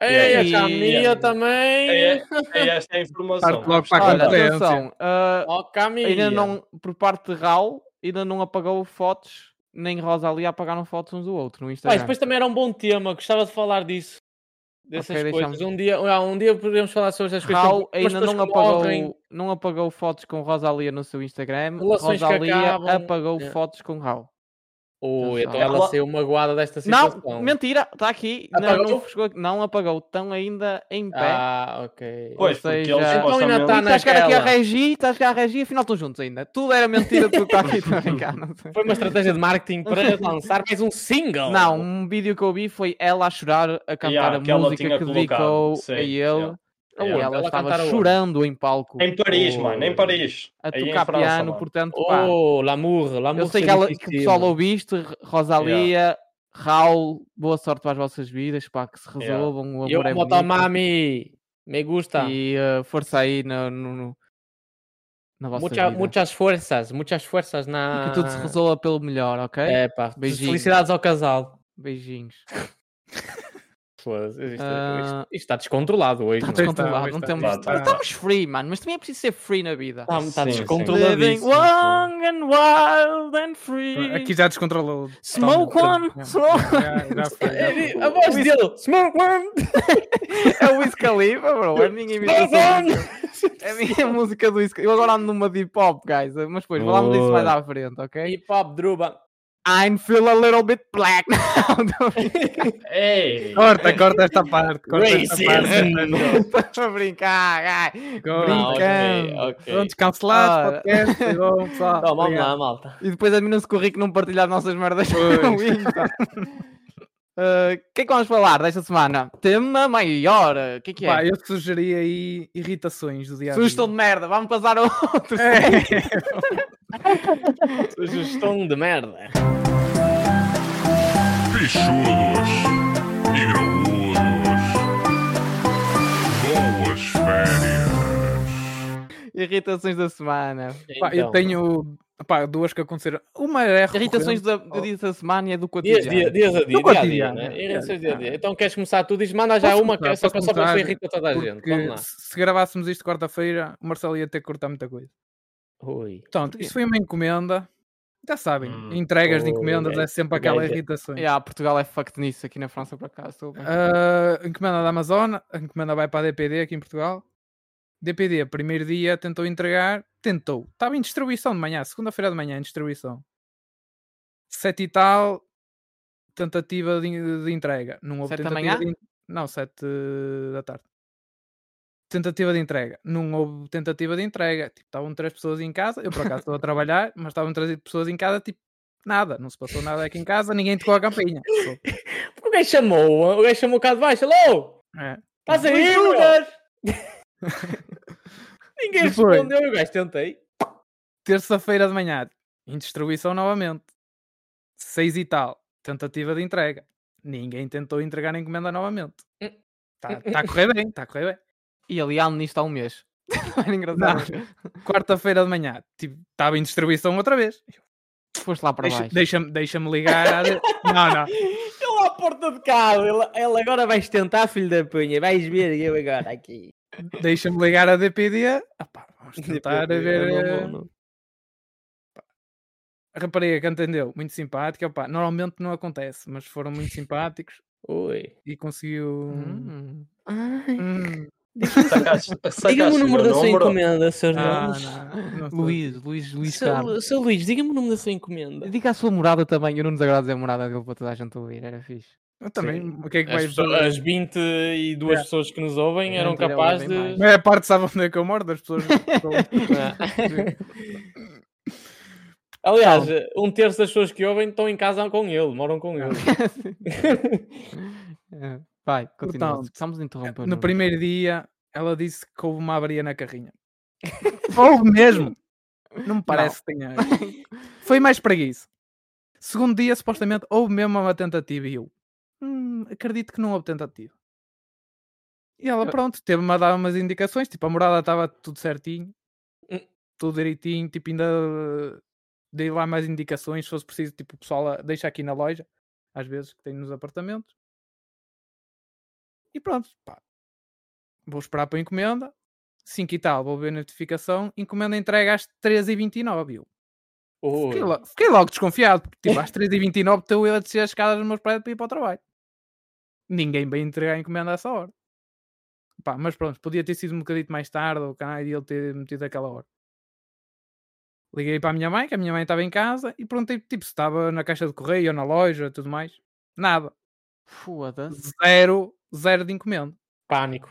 S3: Ei, a
S6: E-
S3: Camila também.
S4: É, é esta a informação.
S5: Parte logo para a
S6: Olha,
S5: Olha,
S6: é atenção, ah,
S3: Ó, Camila.
S6: ainda não, por parte de Raul, ainda não apagou fotos, nem Rosalia apagaram fotos uns do outro no
S3: Pá, e
S6: Instagram.
S3: depois também era um bom tema, gostava de falar disso. Dessas
S6: Ok,
S3: coisas.
S6: deixamos.
S3: Um dia, ah, um dia podemos falar sobre essas coisas.
S6: Raul
S3: sobre as
S6: ainda
S3: pessoas
S6: não
S3: que
S6: apagou,
S3: morrem.
S6: não apagou fotos com Rosalia no seu Instagram.
S3: Relações que
S6: Rosalia
S3: acabam,
S6: apagou
S3: é.
S6: fotos com Raul.
S3: Ui, então
S6: Atenção.
S3: ela
S4: Ela-
S3: saiu magoada desta situação.
S6: Não, mentira, está aqui. não-
S3: Apagou?
S6: Não, chegou- não apagou, estão ainda em pé.
S3: Ah, ok.
S4: Pois,
S6: Ou
S4: porque
S6: seja,
S4: ele
S6: Então
S3: ainda
S4: supostamente...
S3: tá
S6: Estás a chegar aqui a
S3: naquela.
S6: Regi, estás a chegar a Regi, afinal estão juntos ainda. Tudo era mentira, tudo está aqui, estou a brincar, não sei.
S3: Foi uma estratégia de marketing para lançar mais um single.
S6: Não, um vídeo que eu vi foi ela a chorar, a cantar
S4: Yeah,
S6: a
S4: que ela
S6: música
S4: tinha
S6: que
S4: colocado,
S6: dedicou
S4: sim,
S6: a ele.
S4: yeah.
S6: E
S4: Yeah.
S6: Ela,
S3: Ela
S6: estava
S3: cantar aonde?
S6: chorando em palco.
S4: Em Paris,
S3: Oh.
S4: mano, em Paris.
S6: A
S4: Aí em
S6: tocar
S4: França,
S6: piano,
S4: mano.
S6: portanto, pá.
S3: Oh, l'amour, l'amour.
S6: eu sei
S3: c'est
S6: que, ela, que o
S3: difficile.
S6: pessoal ouviste, R- Rosalia, Raul, boa sorte para as vossas vidas, pá, que se
S4: Yeah.
S6: resolvam, o amor
S3: Eu
S6: é
S3: amo
S6: bonito.
S3: tua mami. Me gusta.
S6: E eh, força aí no, no, no- na vossa
S3: Mucha,
S6: vida.
S3: muitas forças, muitas forças na.
S6: Que tudo se resolva pelo melhor, ok?
S3: É, pá.
S6: Beijinhos.
S3: Felicidades ao casal.
S6: Beijinhos.
S3: Foda-se, Isto,
S6: Ah.
S3: isto- isto está descontrolado hoje. é?
S6: Está
S3: mano.
S6: descontrolado,
S5: está,
S6: não
S5: está,
S6: temos...
S4: está, está.
S6: Estamos free, mano, mas também é preciso ser free na vida.
S3: Está, está
S4: Sim, sim.
S6: Living
S3: descontroladíssimo.
S6: long and wild and free.
S5: Aqui já descontrolou.
S6: Smoke
S5: totalmente.
S6: one, smoke
S5: Já- já foi, já foi.
S3: A voz dele, Smoke One!
S6: É o Wiz Khalifa, bro. É ninguém imita
S3: Smoke
S6: essa
S3: One!
S6: música. É a minha música do Wiz Khalifa. Eu agora ando numa deep pop, guys. Mas depois, falamos disso mais à frente, ok?
S3: Hip Hop Druba.
S6: I feel a little bit black now. Estou
S4: Ei!
S5: Corta, corta esta parte. Corta esta parte.
S6: a brincar, guys.
S3: Ah,
S5: Corta.
S3: ok,
S6: Brincando.
S3: ok.
S5: Prontos, cancelados,
S6: Ah.
S5: podcast. Bom, pessoal.
S3: Então, vamos
S5: Obrigado.
S3: lá, malta.
S6: E depois a mim não se corri que não partilhar nossas merdas
S5: Pois.
S6: no Insta. Ah, O que é que vamos falar desta semana? Tema maior. O que é que
S5: Pá,
S6: é?
S5: eu sugeri aí irritações do dia a dia.
S6: Sugestão de merda. Vamos passar a outro.
S5: É.
S3: Sugestão de merda.
S7: Bichudos e graúdos. Boas férias.
S6: Irritações da semana.
S5: Pá, eu
S3: Então,
S5: tenho pá, duas que aconteceram. Uma é recorrente.
S6: Irritações da, do dia da semana e do
S3: Dias,
S6: cotidiano.
S3: dia, dias a dia, dia a dia,
S5: cotidiano,
S3: né?
S5: é,
S3: Irritações
S5: é,
S3: dia a
S5: é.
S3: dia. Então queres começar tu? Diz, manda já
S5: Posso
S3: uma que é
S5: começar,
S3: só
S5: posso
S3: para só para
S5: começar,
S3: irrita toda a gente. Vamos
S5: Porque
S3: lá.
S5: se se gravássemos isto quarta-feira, o Marcelo ia ter que cortar muita coisa.
S3: Ui.
S5: Portanto, isto foi uma encomenda. Já sabem,
S4: Hum.
S5: entregas de
S3: Oh,
S5: encomendas
S3: gajo-
S5: é sempre aquela
S3: gajo-
S5: irritação.
S6: Yeah, Portugal é fucked nisso aqui na França, por acaso. estou bem.
S5: Ah, encomenda da Amazon, a encomenda vai para a DPD aqui em Portugal. DPD, primeiro dia, tentou entregar, tentou. Estava em distribuição de manhã, segunda-feira de manhã, em distribuição. Sete e tal, tentativa de, de entrega. Não houve
S6: Sete da
S5: tentativa
S6: manhã?
S5: de en- Não, sete da tarde. Tentativa de entrega. Não houve tentativa de entrega. Tipo, estavam três pessoas em casa. Eu, por acaso, estou a trabalhar, mas estavam três pessoas em casa. Tipo, nada. Não se passou nada aqui em casa. Ninguém tocou a campainha. Sou-
S3: O gajo chamou, o gajo chamou cá de baixo. Alô?
S5: É.
S3: Estás aí?
S6: Ui,
S3: meu?
S6: Judas!
S3: Ninguém
S5: Depois.
S3: respondeu. O gajo tentei.
S5: terça-feira de manhã, em distribuição novamente. Seis e tal, tentativa de entrega. Ninguém tentou entregar a encomenda novamente. Está a correr bem, está a correr bem.
S6: E ali ando nisto há um mês. Não era engraçado.
S5: Quarta-feira de manhã, tipo, estava em distribuição outra vez.
S6: Foste lá para
S5: Deixa-
S6: baixo.
S5: Deixa-me deixa-me ligar. à de- Não, não.
S3: Ele à porta de casa. Ele, ele agora vais tentar, filho da punha. Vais ver eu agora aqui.
S5: Deixa-me ligar a DPD. Opá, vamos tentar
S3: DPD,
S5: ver.
S3: Tipo, não,
S5: eh,
S3: não, não.
S5: pá. A rapariga que entendeu, muito simpática. Opá, normalmente não acontece, mas foram muito simpáticos
S3: Ui.
S5: e conseguiu.
S6: Hum.
S5: Hum.
S4: Sacaste, sacaste
S3: Diga-me o número da sua
S4: número?
S3: encomenda, Sr.
S5: Ah, Não,
S3: Nunes.
S5: não, não sou.
S6: Luís, Luís, Luís Carlos.
S3: Seu seu Luís, diga-me o número da sua encomenda.
S6: assim. Diga a sua morada também. Eu não desagrado dizer a morada dele para toda a gente ouvir. Era fixe.
S5: Eu também, o que é que
S3: As,
S5: vai
S3: pessoas, as 22 pessoas que nos ouvem eram
S6: Mentira,
S3: capazes
S6: ouvem
S3: de.
S6: mais.
S5: A maior parte sabe onde é que eu moro, das pessoas.
S3: Aliás,
S5: eh,
S3: um terço das pessoas que ouvem estão em casa com ele, moram com ele.
S6: É. Vai, continua.
S5: Portanto,
S6: Estamos a interromper.
S5: Então, No primeiro dia, ela disse que houve uma avaria na carrinha. Houve mesmo. Não me parece que tenha. Foi mais preguiça. Segundo dia, supostamente, houve mesmo uma tentativa e eu. "Hum, acredito que não houve tentativa. E ela, pronto, teve-me a dar umas indicações. Tipo, a morada estava tudo certinho,
S3: Hum.
S5: tudo direitinho. Tipo, ainda eh, dei lá mais indicações. Se fosse preciso, tipo, o pessoal a- deixa aqui na loja, às vezes, que tem nos apartamentos. E pronto, pá. Vou esperar para a encomenda. 5 e tal, vou ver a notificação. Encomenda entrega às 13h29. Eu.
S3: Ui.
S5: Fiquei, lo- fiquei logo desconfiado, porque tipo, às 3h29 estou eu a descer as escadas dos meus prédios para ir para o trabalho. Ninguém vai entregar a encomenda a essa hora. Pá, mas pronto, podia ter sido um bocadito mais tarde ou cá e ele ter metido aquela hora. Liguei para a minha mãe, que a minha mãe estava em casa, e perguntei tipo, se estava na caixa de correio ou na loja tudo mais. Nada.
S6: Foda-se.
S5: Zero, zero de encomenda.
S3: Pânico.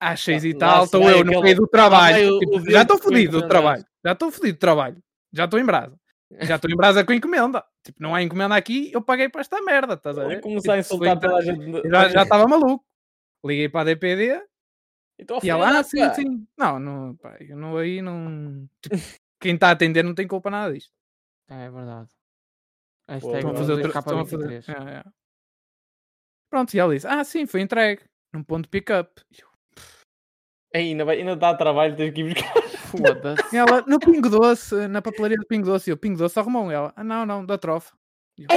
S5: Às seis e
S3: lá
S5: tal,
S3: se
S5: estou
S3: vai
S5: eu no
S3: aquele-
S5: meio do
S3: vai o-
S5: trabalho.
S3: o
S5: tipo,
S3: vento
S5: já estou
S3: com a
S5: fodido do
S3: encomenda.
S5: trabalho. Já estou fodido do trabalho. Já estou em brasa. Já estou em brasa com encomenda. Tipo, não há encomenda aqui, eu paguei para esta merda, estás a
S3: Ele
S5: ver?
S3: começou a
S5: Tipo,
S3: insultar
S5: foi-
S3: toda a gente.
S5: Já já estava maluco. Liguei para a DPD
S3: Então,
S5: e ela, ah, sim,
S3: pá.
S5: sim. Não, não, pá, eu não, aí não. tipo, quem está a atender não tem culpa nada disto.
S6: É, é verdade. é
S3: Estão
S6: Hashtag
S5: Estão a
S3: Agora
S5: fazer
S6: fazer
S5: outra. Estão a fazer.
S6: K23.
S5: é, é. Pronto, e ela disse, ah, sim, foi entregue. Num ponto de pick-up.
S3: Ei, ainda, vai- ainda dá trabalho, tens que ir buscar.
S6: Foda-se.
S5: E Ela, no Pingo Doce, na papelaria do Pingo Doce, e eu, Pingo Doce arrumou um." ela. Ah, não, não, da trofa. E eu,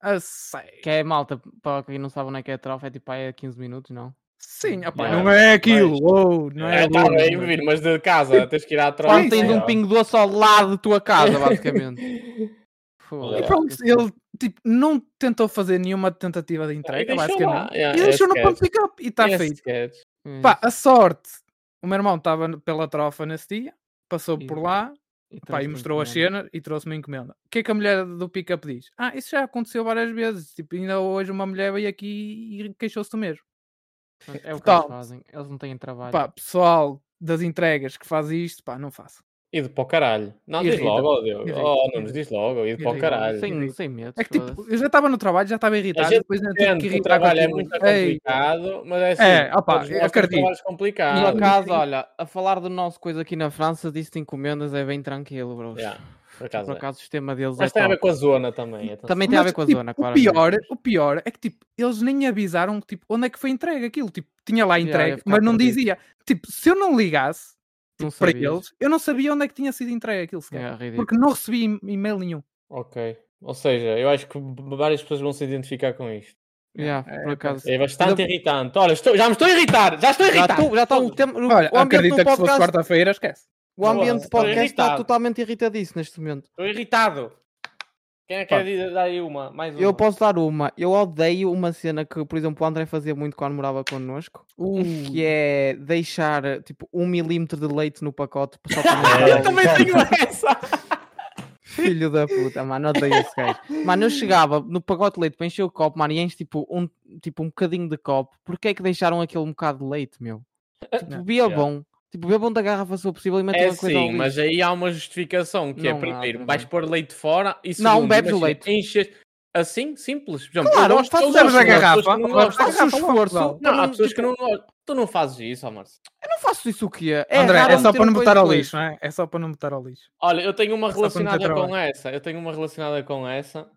S5: "Ah, A sério.
S6: Que é malta, para quem não sabe onde é que é a trofa, é tipo aí a 15 minutos, não? assim,
S5: Sim, opá,
S4: Yeah,
S5: não é aquilo. uou, não é,
S3: É, tá
S5: aquilo,
S3: bem,
S5: mas-
S3: menino, mas de casa, tens que ir à troca.
S6: Quando tens
S4: sim.
S5: é.
S6: um pingo doce ao lado da tua casa, basicamente.
S5: E pronto, ele tipo, não tentou fazer nenhuma tentativa de entrega, basicamente.
S3: Yeah,
S5: E
S3: é
S5: deixou no ponto um de
S3: sketch.
S5: pick-up e está
S3: É
S5: feito.
S3: sketch.
S6: tipo
S5: Pá, a sorte. O meu irmão estava pela trofa nesse dia, passou
S6: E-
S5: por lá, pá, e mostrou a
S6: tipo
S5: cena e trouxe-me a encomenda. O que é que a mulher do pick-up diz? Ah, isso já aconteceu várias vezes. Tipo, ainda hoje uma mulher veio aqui e queixou-se do mesmo.
S6: É o que eles
S5: Portanto,
S6: fazem. Eles não têm trabalho.
S5: Pá, pessoal das entregas que faz isto, pá, não faço.
S3: E de para o caralho. Não, diz
S5: Irrita-me,
S3: logo, ó Diogo.
S5: irrita-me,
S3: Oh, não nos diz logo. E de para o
S5: irrita-me.
S3: caralho.
S6: Sem, sem medo.
S5: É que tipo, eu já estava no trabalho, já estava irritado,
S3: gente
S5: depois ainda tive
S3: Entendo
S5: que
S3: que o
S5: irritar com
S3: trabalho é
S5: aquilo.
S3: muito
S5: Ei,
S3: complicado, mas é assim.
S5: É, opá,
S3: todos nós temos
S5: acredito.
S3: trabalhos
S6: Por
S3: complicados.
S6: acaso, olha, a falar do nosso coisa aqui na França, disso de encomendas é bem tranquilo, bro.
S3: Yeah, por acaso
S6: Por
S3: é.
S6: acaso o sistema deles
S3: Mas
S6: é
S3: tem a
S6: top.
S3: ver com a zona também. atenção.
S6: Também tem a
S5: mas,
S6: ver com a
S5: tipo,
S6: zona,
S5: o
S6: claro.
S5: pior, o pior é que tipo, eles nem avisaram tipo, onde é que foi entregue aquilo. Tipo, tinha lá
S6: ia
S5: entregue,
S6: ficar
S5: mas não
S6: perdido.
S5: dizia. Tipo, se eu não ligasse
S6: Não
S5: para
S6: sabias.
S5: eles, eu não sabia onde é que tinha sido entregue aquilo sequer.
S6: É ridículo.
S5: Porque não recebi em- e-mail nenhum.
S3: Ok. Ou seja, eu acho que b- várias pessoas vão se identificar com isto.
S6: Yeah, por acaso.
S3: É bastante irritante. Olha, estou- já me estou a irritar! Já estou a
S6: Já
S3: irritar!
S6: estou- já está o tempo. O,
S5: Olha,
S6: o ambiente
S5: acredita
S6: do
S5: que se fosse
S6: podcast,
S5: quarta-feira, esquece.
S6: o ambiente do
S3: Estou
S6: podcast está
S3: irritado.
S6: totalmente irritadíssimo neste momento.
S3: Estou irritado! Quem é que
S5: Pá.
S3: quer dizer- dar aí uma? Mais uma.
S6: Eu posso dar uma. Eu odeio uma cena que, por exemplo, o André fazia muito quando morava connosco, que é deixar tipo um milímetro de leite no pacote só para não
S4: É,
S6: estar
S4: eu
S6: ali.
S3: Também tenho essa!
S6: Filho da puta, mano, odeio esse gajo. Mano, eu chegava no pacote de leite para encher o copo, mano, e enche tipo um, tipo um bocadinho de copo. Porquê é que deixaram aquele um bocado de leite, meu? Tipo,
S5: Não,
S6: bebam. Tipo, bebam da garrafa se for possível e metam
S3: É
S6: uma coisa ao
S3: sim,
S6: lixo.
S3: mas aí há uma justificação que
S6: Não
S3: é
S6: há,
S3: primeiro,
S6: pois
S3: vais
S6: não.
S3: pôr leite fora e segundo,
S6: Não, bebes o
S3: imagina,
S6: leite.
S3: Enches assim, simples. Por exemplo,
S6: Claro,
S3: eu gosto,
S6: fazes-
S3: eu
S6: bebes
S3: gosto,
S6: a
S3: há pessoas que
S5: garrafa,
S3: não
S5: bebes a
S3: gostam.
S6: Faço um
S5: garrafa, logo,
S6: esforço.
S5: logo.
S3: Não, há
S6: para
S3: pessoas que
S6: tipo,
S3: não gostam. Tu não fazes isso, amor.
S6: Eu não faço isso o que é.
S5: André,
S6: raro
S5: é só
S6: meter
S5: para não
S6: uma
S5: botar
S6: coisa
S5: ao
S6: de
S5: lixo, não é? É só para não botar ao lixo.
S3: Olha, eu tenho uma
S5: Só para não ter
S3: relacionada com
S5: trabalho.
S3: essa. Eu tenho uma relacionada com essa.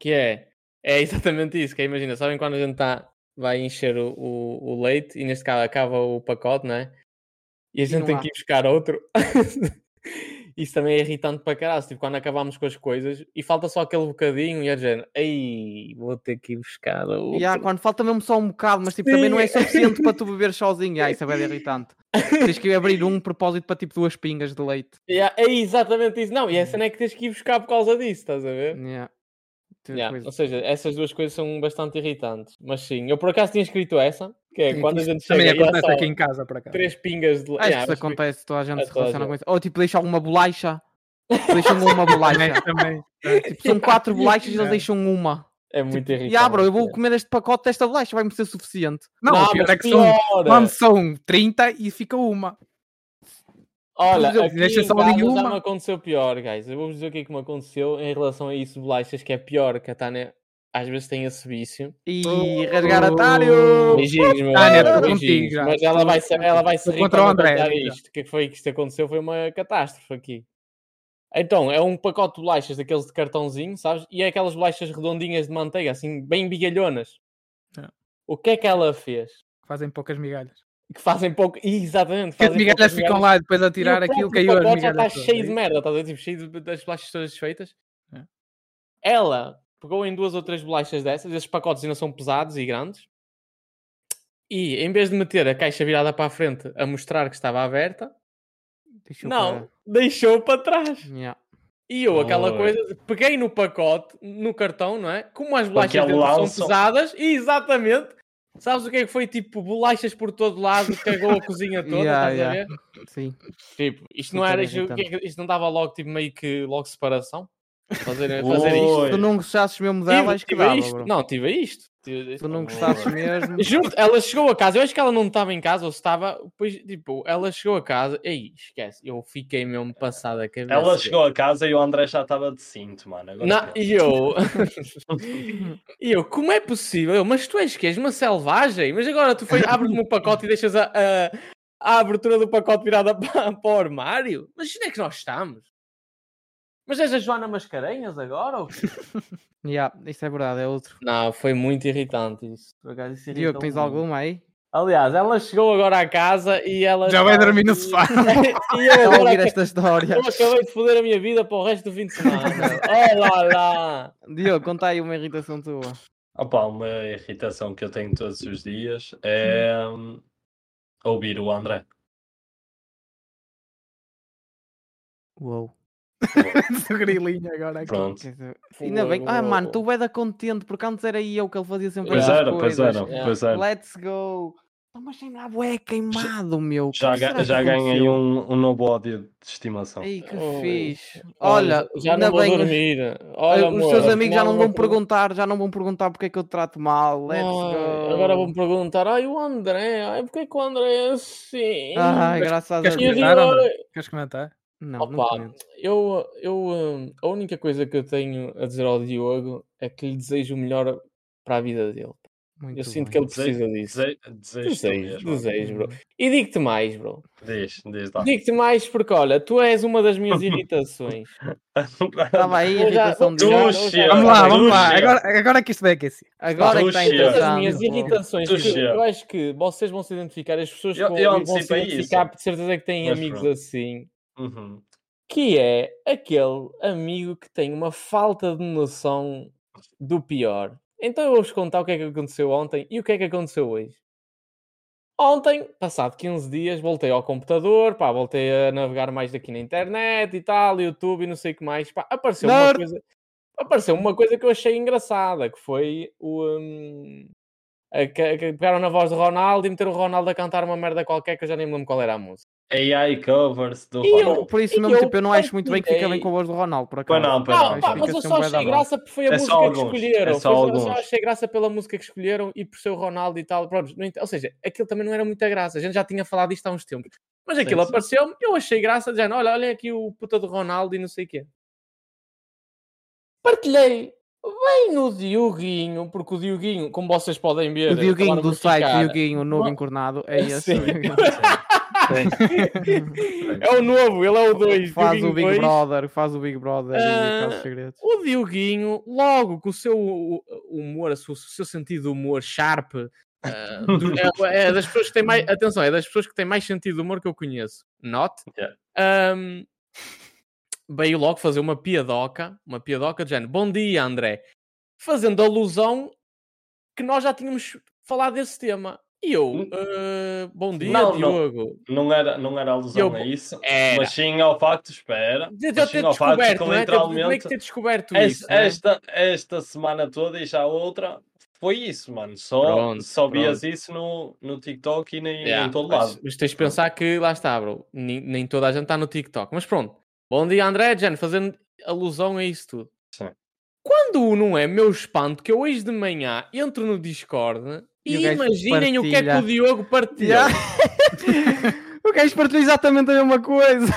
S3: Que é. É exatamente isso. Que é, imagina, sabem quando a gente tá, vai encher o, o, o leite e neste caso acaba o pacote, não é? E a gente
S6: não
S3: tem
S6: há.
S3: que ir buscar outro. isso também é irritante para caralho. Tipo, quando acabamos com as coisas e falta só aquele bocadinho e a gente. Ei, vou ter que ir buscar outro.
S6: E há quando falta mesmo só um bocado, mas tipo, também não é
S3: Sim.
S6: suficiente para tu beber sozinho. Ah, isso é bem irritante. Tens que abrir um propósito para tipo duas pingas de leite.
S3: Yeah, é exatamente isso. Não, e
S6: Uhum.
S3: a cena é que tens que ir buscar por causa disso, estás a ver?
S6: Yeah. Outra
S3: Yeah,
S6: coisa.
S3: Ou seja, essas duas coisas são bastante irritantes. Mas sim, eu por acaso tinha escrito essa, que é
S5: Sim,
S3: quando a
S5: isto
S3: gente
S5: Também
S3: chega e há
S5: acontece
S3: só
S5: aqui em casa, para cá.
S3: três pingas de Yeah,
S6: Acho que isso
S3: é, acho que-
S6: acontece, toda a gente
S3: é
S6: se
S3: toda a
S6: relaciona com
S3: gente.
S6: isso. Ou tipo, deixa alguma bolacha. Deixam uma bolacha.
S5: Também.
S6: Tipo, são quatro bolachas e eles
S5: É.
S6: deixam uma.
S3: É muito
S5: Tipo,
S3: irritante.
S6: E ah, bro, eu vou
S3: yeah.
S6: comer este pacote desta bolacha, vai-me ser suficiente.
S5: Não,
S3: é. Não,
S5: o pior
S3: mas
S5: é que são,
S3: pior.
S5: mano, são 30 um, e fica uma.
S3: Olha,
S5: por exemplo,
S3: aqui
S5: deixa
S3: em
S5: só
S3: casa já
S5: nenhuma.
S3: me aconteceu pior, guys. Eu vou-vos dizer o que é que me aconteceu em relação a isso de bolachas, que é pior, Catane. às vezes tem esse vício.
S6: E
S5: Oh.
S6: rasgar atário!
S3: Beijinhos, meu
S5: Tânia,
S3: amor,
S5: estou
S3: beijinhos.
S5: Tá, contigo já.
S3: Mas ela vai, se- ela vai se
S5: Estou
S3: rir
S5: contra o
S3: quando eu
S5: André,
S3: contar
S5: já.
S3: isto. O que foi que isto aconteceu? Foi uma catástrofe aqui. Então, é um pacote de bolachas daqueles de cartãozinho, sabes? E é aquelas bolachas redondinhas de manteiga, assim, bem bigalhonas.
S5: Ah.
S3: O que é que ela fez?
S5: Fazem poucas migalhas.
S3: Que fazem pouco. Ih, Exatamente.
S5: Que as
S3: fazem
S5: migalhas
S3: poucas
S5: ficam
S3: migalhas.
S5: lá e depois a
S3: E o
S5: tirar aquilo
S3: próprio
S5: caiu as
S3: pacote já
S5: migalhas.
S3: está
S5: todas.
S3: cheio de merda, estás a ver? Tipo, cheio de- das bolachas todas desfeitas.
S5: É.
S3: Ela pegou em duas ou três bolachas dessas, esses pacotes ainda são pesados e grandes. E em vez de meter a caixa virada para a frente a mostrar que estava aberta,
S6: Deixa eu
S3: não, deixou para trás.
S6: parar. Yeah.
S3: E eu, aquela
S4: Oi.
S3: coisa, de- peguei no pacote, no cartão, não é? Como as bolachas
S4: aquele
S3: dentro
S4: lanço.
S3: são pesadas, e exatamente, sabes o que é que foi? Tipo, bolachas por todo lado, cagou a cozinha toda,
S6: Yeah,
S3: estás
S6: yeah.
S3: a ver?
S6: Sim.
S3: Tipo, isto
S6: Não
S3: não era
S6: quero
S3: isto, o que é que- isto não dava logo tipo meio que logo separação? Fazer,
S4: Oi.
S3: fazer isto?
S6: Se tu não gostasses mesmo dela, acho que
S3: tive a
S6: dava,
S3: isto.
S6: bro.
S3: Não, tive a isto. Tive-
S6: Se tu não
S4: Oi.
S6: gostasses mesmo.
S3: Juro, ela chegou a casa, eu acho que ela não estava em casa, ou se estava, pois, tipo, ela chegou a casa, ei, esquece, eu fiquei mesmo passada a cabeça.
S4: Ela chegou a casa e o André já estava de cinto, mano. Agora
S3: Na-
S4: que-
S3: e eu, e eu, como é possível? Eu, mas tu és que és uma selvagem, mas agora tu foi, abres-me o pacote e deixas a, a, a abertura do pacote virada para, para o armário? Mas onde é que nós estamos? Mas és a Joana Mascarenhas agora? Ou... quê?
S6: Yeah, isso é verdade, é outro.
S3: Não, foi muito irritante isso. Por acaso, isso
S6: Diogo,
S3: irritou-me
S6: tens
S3: muito.
S6: alguma aí?
S3: Aliás, ela chegou agora à casa e ela.
S5: Já vai
S3: está
S5: dormir no
S3: aqui-
S5: sofá.
S3: e eu
S6: Estão a ouvir
S3: agora
S6: esta história.
S3: eu acabei de foder a minha vida para o resto do fim de semana. Olá lá!
S6: Diogo, conta aí uma irritação tua.
S4: Opa, uma irritação que eu tenho todos os dias é hum, ouvir o André.
S6: Uou.
S5: Do grilinho agora. aqui.
S4: Pronto.
S6: Quer dizer, Ainda bem. Ah, mano, tu beda contente, porque antes era eu que ele fazia sempre
S4: Pois
S6: essas
S4: era, pois
S6: coisas.
S4: era,
S3: Yeah.
S4: pois era.
S6: Let's go. Pá, Mas sem nada, é queimado, meu. O é que
S4: Já,
S6: será
S4: ga-
S6: que
S4: já ganhei
S6: aconteceu? É
S4: um, um novo ódio de estimação.
S6: Ei, que
S3: Oi.
S6: fixe. Olha,
S3: já
S6: ainda
S3: não vou
S6: bem, os-
S3: dormir. Olha,
S6: os
S3: amor,
S6: seus amigos já
S3: afinal
S6: não vão
S3: vou
S6: perguntar, já não vão perguntar porque é que eu te trato mal. Let's
S3: Ai,
S6: go.
S3: Agora vão perguntar, ai o André, ai porque é que o André é assim?
S6: Ai, graças a
S5: Queres
S3: E
S6: Deus.
S3: eu digo,
S5: comentar, André?
S3: olha,
S5: Queres comentar?
S6: Ah, Não, não
S3: opa,
S6: comento.
S3: eu, eu, hum, a única coisa que eu tenho a dizer ao Diogo é que lhe desejo o melhor para a vida dele.
S6: Muito
S3: eu sinto
S6: bem.
S3: que ele
S4: Desejo-
S3: precisa disso.
S4: Dese- Desejo tu
S3: Desejo,
S4: mesmo.
S3: desejo, bro. E digo-te mais, bro.
S4: Diz, diz
S6: Ah.
S4: lá.
S3: Digo-te mais porque, olha, tu és uma das minhas irritações.
S6: Estava aí a
S3: Eu já-
S6: Tá irritação de
S4: Tu
S6: Diogo.
S4: chega,
S5: Vamos lá,
S4: tu
S5: vamos lá.
S4: chega.
S5: Agora, agora que isto vai aquecer.
S6: Agora é que está a
S4: Tu
S3: Todas as
S6: interessante.
S3: minhas irritações.
S4: Tu
S3: que eu-
S4: cheira.
S3: eu acho que vocês vão se identificar, as pessoas que
S4: Eu-
S3: vão
S4: eu
S3: ouvir vão se
S4: antecipei isso.
S3: identificar, de certeza que têm
S4: Mas
S3: amigos
S4: pronto.
S3: assim.
S4: Uhum.
S3: Que é aquele amigo que tem uma falta de noção do pior. Então eu vou-vos contar o que é que aconteceu ontem e o que é que aconteceu hoje. Ontem, passado 15 dias, voltei ao computador, pá, voltei a navegar mais daqui na internet e tal, YouTube e não sei o que mais. Pá, apareceu uma
S6: Nerd.
S3: coisa. Apareceu uma coisa que eu achei engraçada, que foi o. hum, a que- que pegaram na voz do Ronaldo e meteram o Ronaldo a cantar uma merda qualquer que eu já nem me lembro qual era a música.
S4: AI covers do
S3: E eu-
S4: Ronaldo.
S6: Por isso
S3: E
S6: mesmo,
S3: É eu
S6: tipo, eu não acho muito bem que fica bem
S3: partilhei-
S6: com a voz do Ronaldo, por
S4: Pois
S6: acaso.
S4: não, pois
S3: Não,
S4: não.
S6: Mas
S3: pá,
S6: fica
S3: mas eu
S6: sempre
S3: só
S6: bué da
S3: achei
S6: bom.
S3: graça porque foi a
S4: É só
S3: música que
S4: alguns,
S3: escolheram.
S4: é só
S3: Foi- eu
S4: alguns.
S3: só achei graça pela música que escolheram e por ser o Ronaldo e tal. Pronto, no ent- ou seja, aquilo também não era muita graça. A gente já tinha falado isto há uns tempos. Mas aquilo
S4: sim.
S3: apareceu-me, eu achei graça, dizendo: olha, olhem aqui o puta do Ronaldo e não sei o quê. Partilhei. Bem no Dioguinho, porque o Dioguinho, como vocês podem ver,
S6: O Dioguinho
S3: é, acabaram
S6: do
S3: de
S6: site,
S3: ficar-
S6: Dioguinho, o novo
S3: Não.
S6: encornado, é esse.
S3: Sim. é o novo, ele é o 2.
S6: faz o Big Brother, faz o Big Brother e aqueles
S3: Ah,
S6: segredos.
S3: O Dioguinho, logo com o seu uh, humor, a sua- o seu sentido de humor sharp, ah, do- é, é das pessoas que têm mais. Atenção, é das pessoas que têm mais sentido de humor que eu conheço. Not.
S4: Yeah.
S3: Ahm, veio logo fazer uma piadoca, uma piadoca de género. Bom dia, André. Fazendo alusão que nós já tínhamos falado desse tema. E eu,
S4: Hum.
S3: ah, bom dia,
S4: Não, não.
S3: Diogo.
S4: Não era, não era alusão
S3: Eu-
S4: a isso,
S3: Era.
S4: mas sim ao facto, espera.
S3: De eu
S4: mas
S3: ter
S4: sim ao facto que
S3: descoberto, não é? Ter- Como é
S4: literalmente
S3: que ter descoberto
S4: es-
S3: isso? não é?
S4: esta, esta semana toda e já outra foi isso, mano. Só,
S3: Pronto,
S4: só vias isso no, no TikTok e nem,
S3: Yeah,
S4: É, em todo
S3: é. mas,
S4: lado.
S3: Mas tens de pensar que lá está, bro. Nem, nem toda a gente está no TikTok. Mas pronto. Bom dia, André, Jen, fazendo alusão a isso tudo.
S4: Sim.
S3: Quando não é meu espanto que eu hoje de manhã entro no Discord
S6: E
S3: e,
S6: o gajo
S3: imaginem o que é que
S6: partilha.
S3: o Diogo partilhou.
S6: Yeah. o gajo partilhou exatamente a mesma coisa.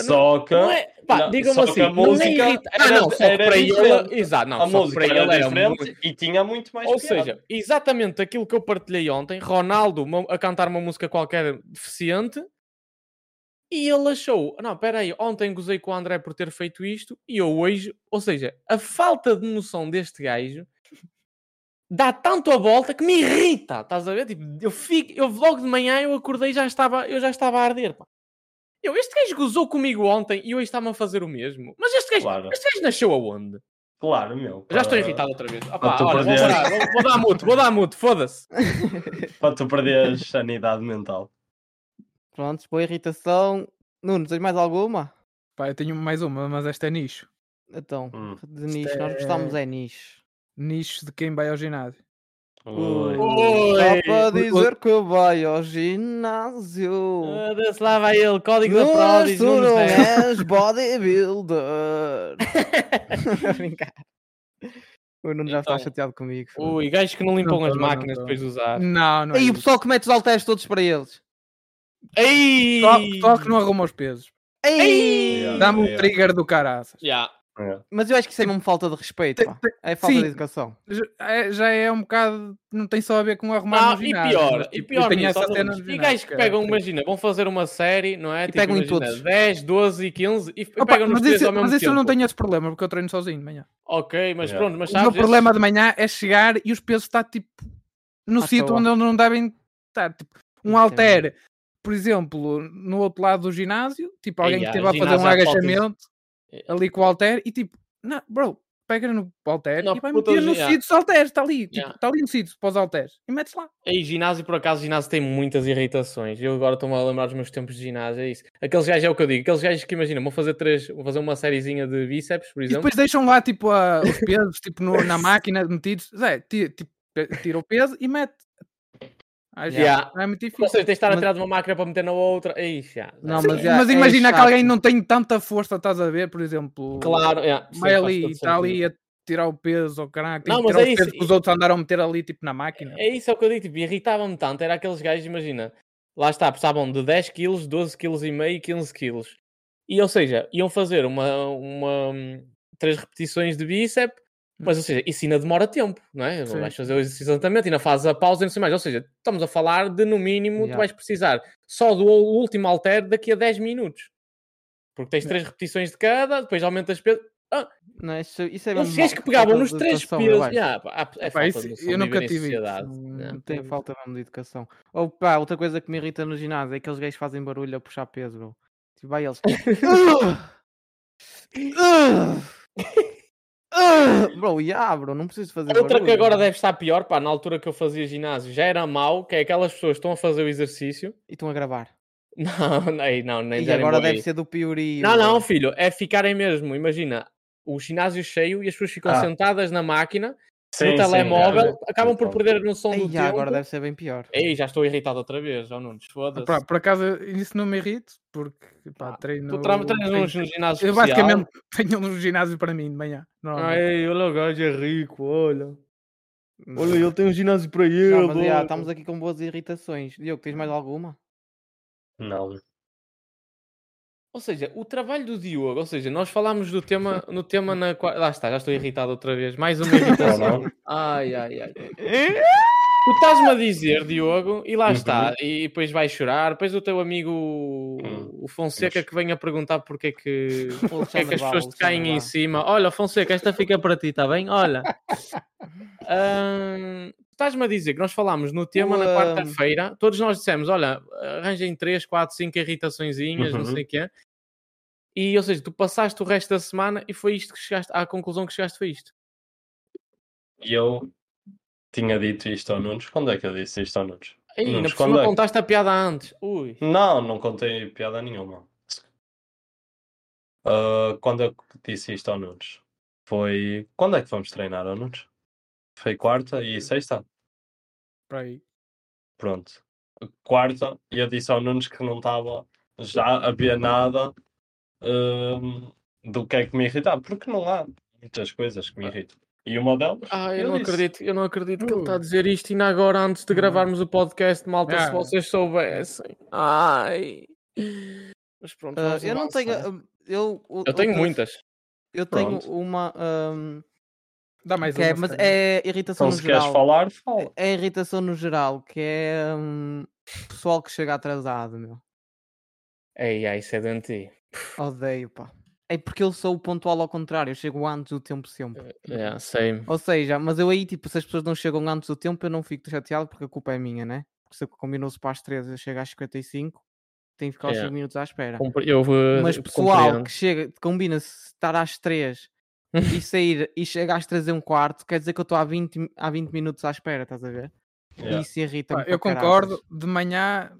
S4: Só que.
S3: Não é, pá,
S4: Então, não,
S3: digam-me
S4: só que
S3: assim,
S4: a
S3: não é
S4: música
S3: irrita- Ah,
S4: era-
S3: não, só que
S4: era
S3: para ele,
S4: diferente.
S3: exato, não,
S4: a
S3: só que
S4: música
S3: para
S4: era
S3: ele é um era
S4: diferente
S3: muito-
S4: e tinha muito mais
S3: Ou
S4: piada.
S3: seja, exatamente aquilo que eu partilhei ontem, Ronaldo uma- a cantar uma música qualquer deficiente, e ele achou, não, peraí, ontem gozei com o André por ter feito isto, e eu hoje, ou seja, a falta de noção deste gajo dá tanto a volta que me irrita, estás a ver? Tipo, eu fico, eu logo de manhã eu acordei e já estava, eu já estava a arder, pá. Eu, este gajo gozou comigo ontem e hoje está-me a fazer o mesmo. Mas este gajo,
S4: Claro.
S3: este gajo nasceu aonde?
S4: Claro, meu.
S3: Já estou
S5: Ah.
S4: para-
S3: irritado outra vez. Opa,
S4: tu
S3: olha, vou,
S4: perderes.
S3: parar, vou, vou dar mute, vou dar mute, foda-se.
S4: Para tu perder a sanidade mental.
S6: Pronto, boa irritação. Nuno, tens mais alguma?
S5: Pá, eu tenho mais uma, mas esta é nicho.
S6: Então,
S4: Hum.
S6: de nicho, nós gostamos é nicho.
S5: Nicho de quem vai ao ginásio.
S4: Ui.
S6: Só para
S5: Ui.
S6: dizer que vai ao ginásio.
S3: Foda-se, lá vai ele, código da
S5: é
S6: Mas
S3: Prodis,
S6: tu não
S3: número zero.
S6: és bodybuilder. A Brincar. O Nuno já está
S3: Então,
S6: chateado comigo. foda-se.
S3: Ui, gajos que não limpam
S5: Não
S3: as
S5: tô, não
S3: máquinas
S5: tô.
S3: depois de
S6: Ah.
S3: usar.
S5: Não, não é.
S6: E aí, o
S5: isso.
S6: pessoal que mete os halteres todos para eles.
S3: Ei!
S5: Pessoal- pessoal que não arruma os pesos.
S6: Ei!
S4: Yeah.
S5: Dá-me um trigger do caraças.
S3: Já.
S6: Mas eu acho que isso é mesmo falta de respeito. pá. É falta
S5: sim.
S6: de educação.
S5: Já- é- Já é um bocado. Não tem só a ver com arrumar
S3: Não,
S5: no
S3: Ah, e
S5: ginásio. mas,
S3: pior, e
S5: tipo,
S3: pior
S5: eu tenho
S3: nisso,
S5: essa
S3: ó,
S5: cena
S3: Nunes,
S5: no
S3: E
S5: ginásio, é,
S3: gajos que
S5: cara.
S3: pegam, imagina, vão fazer uma série, não é?
S6: pegam em
S3: imagina,
S6: todos.
S3: 10, 12 e quinze e
S5: Opa,
S3: pegam nos
S5: mas
S3: três
S5: isso,
S3: ao mesmo
S5: mas isso eu
S3: tempo.
S5: não tenho esse problema, porque eu treino sozinho de manhã.
S3: Ok, mas
S4: Yeah.
S3: pronto, mas
S5: o meu
S3: sabes...
S5: problema de manhã é chegar e os pesos estar tipo no
S3: Tá
S6: À
S5: sítio
S6: toa.
S5: onde eles não devem estar. Tipo, um
S6: Isso é
S5: halter, por exemplo, no outro lado do ginásio, tipo
S3: Ei,
S5: alguém que
S3: ah,
S5: estive a fazer
S3: ginásio
S5: um
S3: há É. fotos.
S5: agachamento ali com o halter e tipo, não, bro, pega no halter
S3: Na
S5: e vai
S3: puta
S5: meter
S3: do
S5: no
S3: gi-
S5: sítio dos halteres, está ali, tipo,
S3: Yeah.
S5: está ali no sítio para os halteres e metes lá.
S3: Aí, ginásio, por acaso, ginásio tem muitas irritações. Eu agora estou-me a lembrar dos meus tempos de ginásio, é isso. Aqueles gajos, é o que eu digo, aqueles gajos que imagina, vão fazer três, vão fazer uma sériezinha de bíceps, por
S5: E
S3: exemplo.
S5: depois deixam lá tipo a- os pesos tipo, no- na máquina metidos, Zé, ti- tipo, pe- tira o peso e mete. Às vezes
S3: Yeah.
S5: não é muito difícil.
S3: Ou seja, tens de estar
S5: Mas-
S3: a tirar de uma máquina para meter na outra. Aí, já.
S6: Não,
S5: Sim,
S6: mas
S5: mas,
S6: já é
S5: imagina que
S6: chato.
S5: alguém não tem tanta força, estás a ver, por exemplo.
S3: Claro, é. sim,
S5: Vai
S3: faz
S5: ali
S3: todo
S5: e está ali
S3: sentido.
S5: a tirar o peso, ou caralho, tem
S3: Não,
S5: que
S3: mas
S5: tirar
S3: é
S5: o peso
S3: isso,
S5: que os
S3: e-
S5: outros andaram a meter ali, tipo, na máquina.
S3: É isso é o que eu digo, tipo, irritava-me tanto. Era aqueles gajos, imagina, lá está, precisavam de 10 kg, 12 kg e meio, 15 kg. E, ou seja, iam fazer uma, uma hum, três repetições de bíceps, mas, ou seja, isso ainda demora tempo, não é?
S5: Sim.
S3: Vais fazer o exercício exatamente, ainda fazes a pausa e não sei mais. Ou seja, estamos a falar de, no mínimo,
S6: Ya.
S3: tu vais precisar só do último alter daqui a 10 minutos. Porque tens três repetições de cada, depois aumentas peso.
S6: Não, isso, isso é
S3: Eles gajos
S6: mesmo mal-
S3: que pegavam
S6: falta
S3: nos
S6: de
S3: três
S6: educação,
S3: pesos.
S6: eu acho.
S3: Ya, pá, há- é
S5: Epá,
S3: falta de
S5: isso
S3: noção
S5: eu
S3: de
S5: nunca
S3: viver em
S5: tive isso,
S3: sociedade,
S5: não-
S3: ya.
S5: não
S6: É, Tem
S5: Entendi.
S6: falta mesmo de educação. Ou pá, outra coisa que me irrita no ginásio é que aqueles gays fazem barulho a puxar peso, bro. Tipo, vai eles. bro, yeah, bro, não preciso fazer
S3: Outra que
S6: barulho,
S3: agora
S6: mano.
S3: deve estar pior, pá, na altura que eu fazia ginásio já era mau, que é aquelas pessoas que estão a fazer o exercício.
S6: E estão a gravar.
S3: Não, não, não nem
S6: E
S3: já nem
S6: agora
S3: vou
S6: deve
S3: aí.
S6: ser do Piori.
S3: Não,
S6: bro.
S3: não, filho, é ficarem mesmo, imagina, o ginásio cheio e as pessoas ficam
S4: Ah.
S3: sentadas na máquina,
S4: Sim,
S3: no
S4: sim,
S3: telemóvel,
S4: cara.
S3: acabam por
S4: Então,
S3: perder a noção do
S6: Ei,
S3: tempo.
S6: já, agora deve ser bem pior. Ah,
S3: Ei, já estou irritado outra vez, ó Nunes, foda-se.
S5: Pá, por acaso, isso não me irrito, porque pá,
S3: Ah,
S5: treino.
S3: Tu tra- treinas
S5: treino-
S3: uns no ginásio
S5: Eu
S3: especial. Ah,
S5: basicamente tenho um ginásio para mim de manhã. Não,
S3: Ai, olha o gajo é rico, olha.
S6: Não.
S3: Olha, ele tem um ginásio para ele.
S6: Não, mas já,
S3: olha.
S6: estamos aqui com boas irritações. Diogo, tens mais alguma?
S4: Não.
S3: Ou seja, o trabalho do Diogo, ou seja, nós falámos do tema no tema na qua- Lá está, já estou irritado outra vez. Mais uma
S4: Ou
S3: irritação.
S4: não.
S3: Ai, ai, ai. É? Tu estás-me a dizer, Diogo, e lá
S4: Uhum. Hum,
S3: está, e depois vais chorar. Depois o teu amigo o Fonseca
S4: mas-
S3: que vem a perguntar porque é que,
S6: O
S3: porque é que
S6: Alexandre
S3: as
S6: Vá,
S3: pessoas
S6: o
S3: te
S6: Alexandre
S3: caem em
S6: Vá.
S3: cima. Olha, Fonseca, esta fica para ti, está bem? Olha. Ahn, estás-me a dizer que nós falámos no tema na
S6: O, ahm,
S3: quarta-feira, todos nós dissemos: olha, arranjem 3, 4, 5 irritaçõezinhas, não
S4: Uhum.
S3: sei o quê. E, ou seja, tu passaste o resto da semana e foi isto que chegaste, à conclusão que chegaste foi isto.
S4: E eu tinha dito isto ao Nunes. Quando é que eu disse isto ao Nunes?
S3: Ei,
S4: Nunes,
S3: ainda por
S4: quando
S3: cima
S4: é?
S3: contaste a piada antes. Ui.
S4: Não, não contei piada nenhuma. Ah, quando eu disse isto ao Nunes? Foi. Quando é que vamos treinar ao Nunes? Foi quarta e sexta?
S5: para aí.
S4: Pronto. Quarta, e eu disse ao Nunes que não estava. Já havia nada hum, do que é que me irritava, porque não há muitas coisas que me irritam. E uma delas,
S3: Ah, eu,
S4: eu
S3: não
S4: disse.
S3: acredito, eu não acredito que ele está a dizer isto ainda agora antes Ah. de gravarmos o podcast, malta, se
S5: Ah.
S3: vocês soubessem. Ai. Mas pronto,
S6: Ah,
S3: vamos
S6: eu não
S3: avançar.
S6: tenho. ah, Eu, o-
S3: Eu tenho
S6: outra-
S3: muitas.
S6: Eu tenho
S4: Pronto.
S6: uma. ahm,
S5: Dá mais
S6: que é-
S5: uma, se
S6: mas
S5: calhar.
S6: é irritação
S4: Então,
S6: no
S4: se queres
S6: geral.
S4: falar, fala.
S6: É irritação no geral, que é hum, pessoal que chega atrasado, meu.
S3: Ei, ai, isso é doentio.
S6: Odeio, pá. É porque eu sou o pontual ao contrário, eu chego antes do tempo sempre.
S3: É, sei.
S6: Ou seja, mas eu aí, tipo, se as pessoas não chegam antes do tempo, eu não fico chateado porque a culpa é minha, né? Porque se combinou-se para as 13, eu chego às 55, tenho que ficar os
S3: Yeah.
S6: 5 minutos à espera.
S3: Compre- É. Eu, eh,
S6: Ah. Mas pessoal
S3: compreendo.
S6: que chega, combina-se estar às 3 e sair e chegar às 3 e um quarto, quer dizer que eu estou há 20, mi- há 20 minutos à espera, estás a ver? E
S3: É.
S4: Yeah.
S6: isso irrita
S5: Pá, eu concordo, de manhã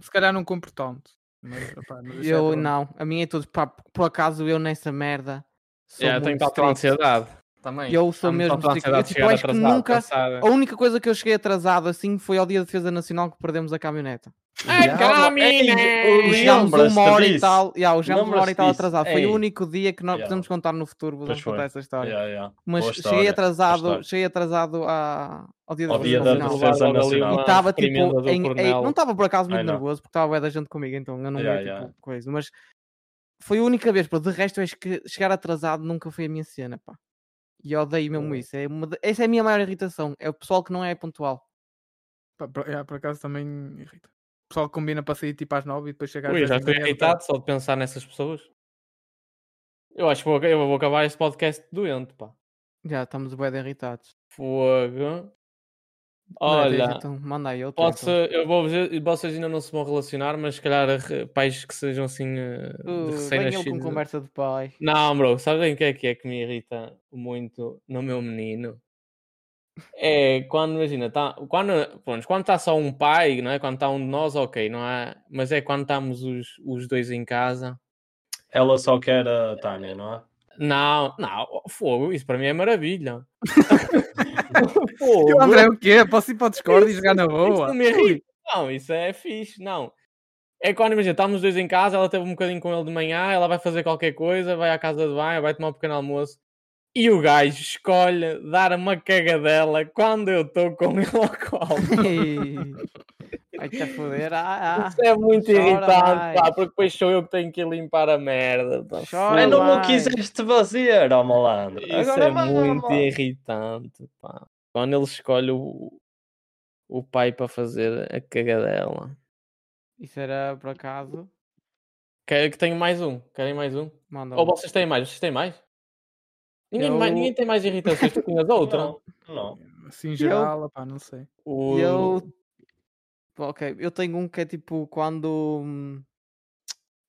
S5: se calhar não compro tanto. Mas, opá, mas isso é
S6: Eu
S5: problema.
S6: não, a minha é tudo, pá, por acaso eu nessa merda. Sou
S3: É, eu tenho
S6: muito
S3: tal tal
S6: strict.
S3: ansiedade. Também.
S6: Eu sou
S3: Há muita
S6: mesmo
S3: tal
S6: strict. Eu,
S3: ansiedade de
S6: tipo,
S3: chegar
S6: acho que
S3: atrasado,
S6: nunca-
S3: cansada.
S6: A única coisa que eu cheguei atrasado assim foi ao dia da defesa nacional que perdemos a caminhoneta.
S3: Ai,
S4: Ei,
S3: Carmina!
S6: Chegámos
S4: Lembras-te
S6: uma hora e
S4: disso?
S6: tal, yeah, chegámos uma hora
S4: Lembras-te
S6: e tal
S4: disso?
S6: atrasado. Foi
S4: Ei.
S6: o único dia que nós
S4: Yeah.
S6: podemos contar no futuro, vamos
S4: Pois
S6: contar
S4: foi.
S6: essa história.
S4: Yeah, yeah.
S6: Mas
S4: Boa
S6: cheguei
S4: história,
S6: atrasado,
S4: história.
S6: cheguei atrasado à- ao dia da
S4: Ao dia
S6: defesa
S4: da
S6: nacional.
S4: defesa
S3: Logo ali
S4: nacional.
S6: E
S3: uma
S6: estava
S3: reprimenda
S6: tipo,
S3: do
S6: em- em-
S3: coronel.
S6: não estava por acaso muito
S4: Ai, não.
S6: nervoso, porque estava bué da gente comigo, então eu não
S4: Yeah,
S6: ia tipo
S4: yeah.
S6: coisa. Mas foi a única vez, pá. de resto, eu acho que chegar atrasado nunca foi a minha cena, pá. E eu odeio mesmo isso. É uma de- Essa é a minha maior irritação. É o pessoal que não é pontual.
S5: Pá, por, yeah, por acaso também irrita. O pessoal que combina para sair tipo às 9 e é depois chegar
S3: Ui, já
S5: às 10 da
S3: estou
S5: manhã do caralho.
S3: irritado só de pensar nessas pessoas. Eu acho que vou, eu vou acabar este podcast doente, pá.
S6: Já estamos bué de irritados.
S3: Fogo.
S6: Não é de
S3: Olha,
S6: irritão, manda aí outro.
S3: posso,
S6: então.
S3: eu vou vos- vocês ainda não se vão relacionar, mas se calhar eh, pais que sejam assim eh, de
S6: Uh, vem ele com
S3: recém-nascidos.
S6: conversa de pai.
S3: Não, bro, sabem o que é que é que me irrita muito no meu menino? É quando, imagina, tá, quando pronto, quando está só um pai, não é? Quando está um de nós, ok, não é? Mas é quando estamos os, os dois em casa.
S4: Ela só quer a Tânia, não é?
S3: Não, não, oh, fogo, isso para mim é maravilha. fogo,
S5: E o André o quê? Posso ir para o Discord e jogar na
S3: isso
S5: boa?
S3: não me irrita. Não, isso é fixe, não. É quando, imagina, estamos os dois em casa, ela teve um bocadinho com ele de manhã, ela vai fazer qualquer coisa, vai à casa de banho, vai tomar um pequeno almoço. E o gajo escolhe dar uma cagadela quando eu estou com ele ao colo.
S6: Vai-te a foder. Ah, ah.
S3: Isso é muito
S6: chora
S3: irritante, pá,
S6: mais.
S3: porque depois sou eu que tenho que ir limpar a merda. pá,
S6: Chora
S4: Mas
S3: fogo.
S6: Ai,
S4: não me o
S6: vai.
S4: quiseste fazer, é ó malandro.
S3: Isso
S4: Agora
S3: é muito
S4: manda.
S3: irritante, pá. Quando ele escolhe o, o pai para fazer a cagadela.
S6: Isso era por acaso.
S3: Quer que tenho mais um? Querem mais um?
S6: Manda.
S3: Ou
S6: lá.
S3: vocês têm mais? Vocês têm mais? Ninguém, mais-
S6: Eu-
S3: ninguém tem mais irritações. Tu tinhas outra?
S4: Não, não.
S5: Assim em geral, opá, não sei.
S3: O-
S6: Eu. Pá, Ok, eu tenho um que é tipo quando. hum,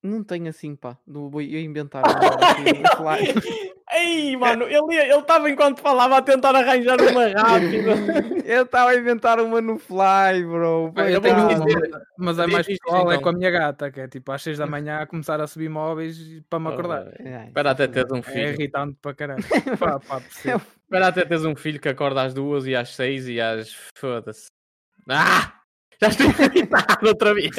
S6: Não tenho assim, pá. do- vou eu inventar. agora aqui um flash.
S3: Ei, mano, ele ia- ele estava enquanto falava a tentar arranjar uma rápida.
S6: eu estava a inventar uma no fly, bro. pá,
S5: Pá,
S6: eu
S5: eu vou
S6: tenho
S3: um
S5: dizer-
S6: uma.
S5: Mas é
S3: Diz
S5: mais
S3: isto,
S5: pessoal, é
S3: então.
S5: com a minha gata, que é tipo às 6 da manhã a começar a subir móveis e- para me acordar.
S6: Ai,
S3: Espera até teres um
S5: É
S3: Ah, filho.
S5: irritante para caralho. Pá, pá, percebo.
S3: Espera até teres um filho que acorda às duas e às seis e às. Foda-se. Ah! Já estou irritado outra vez.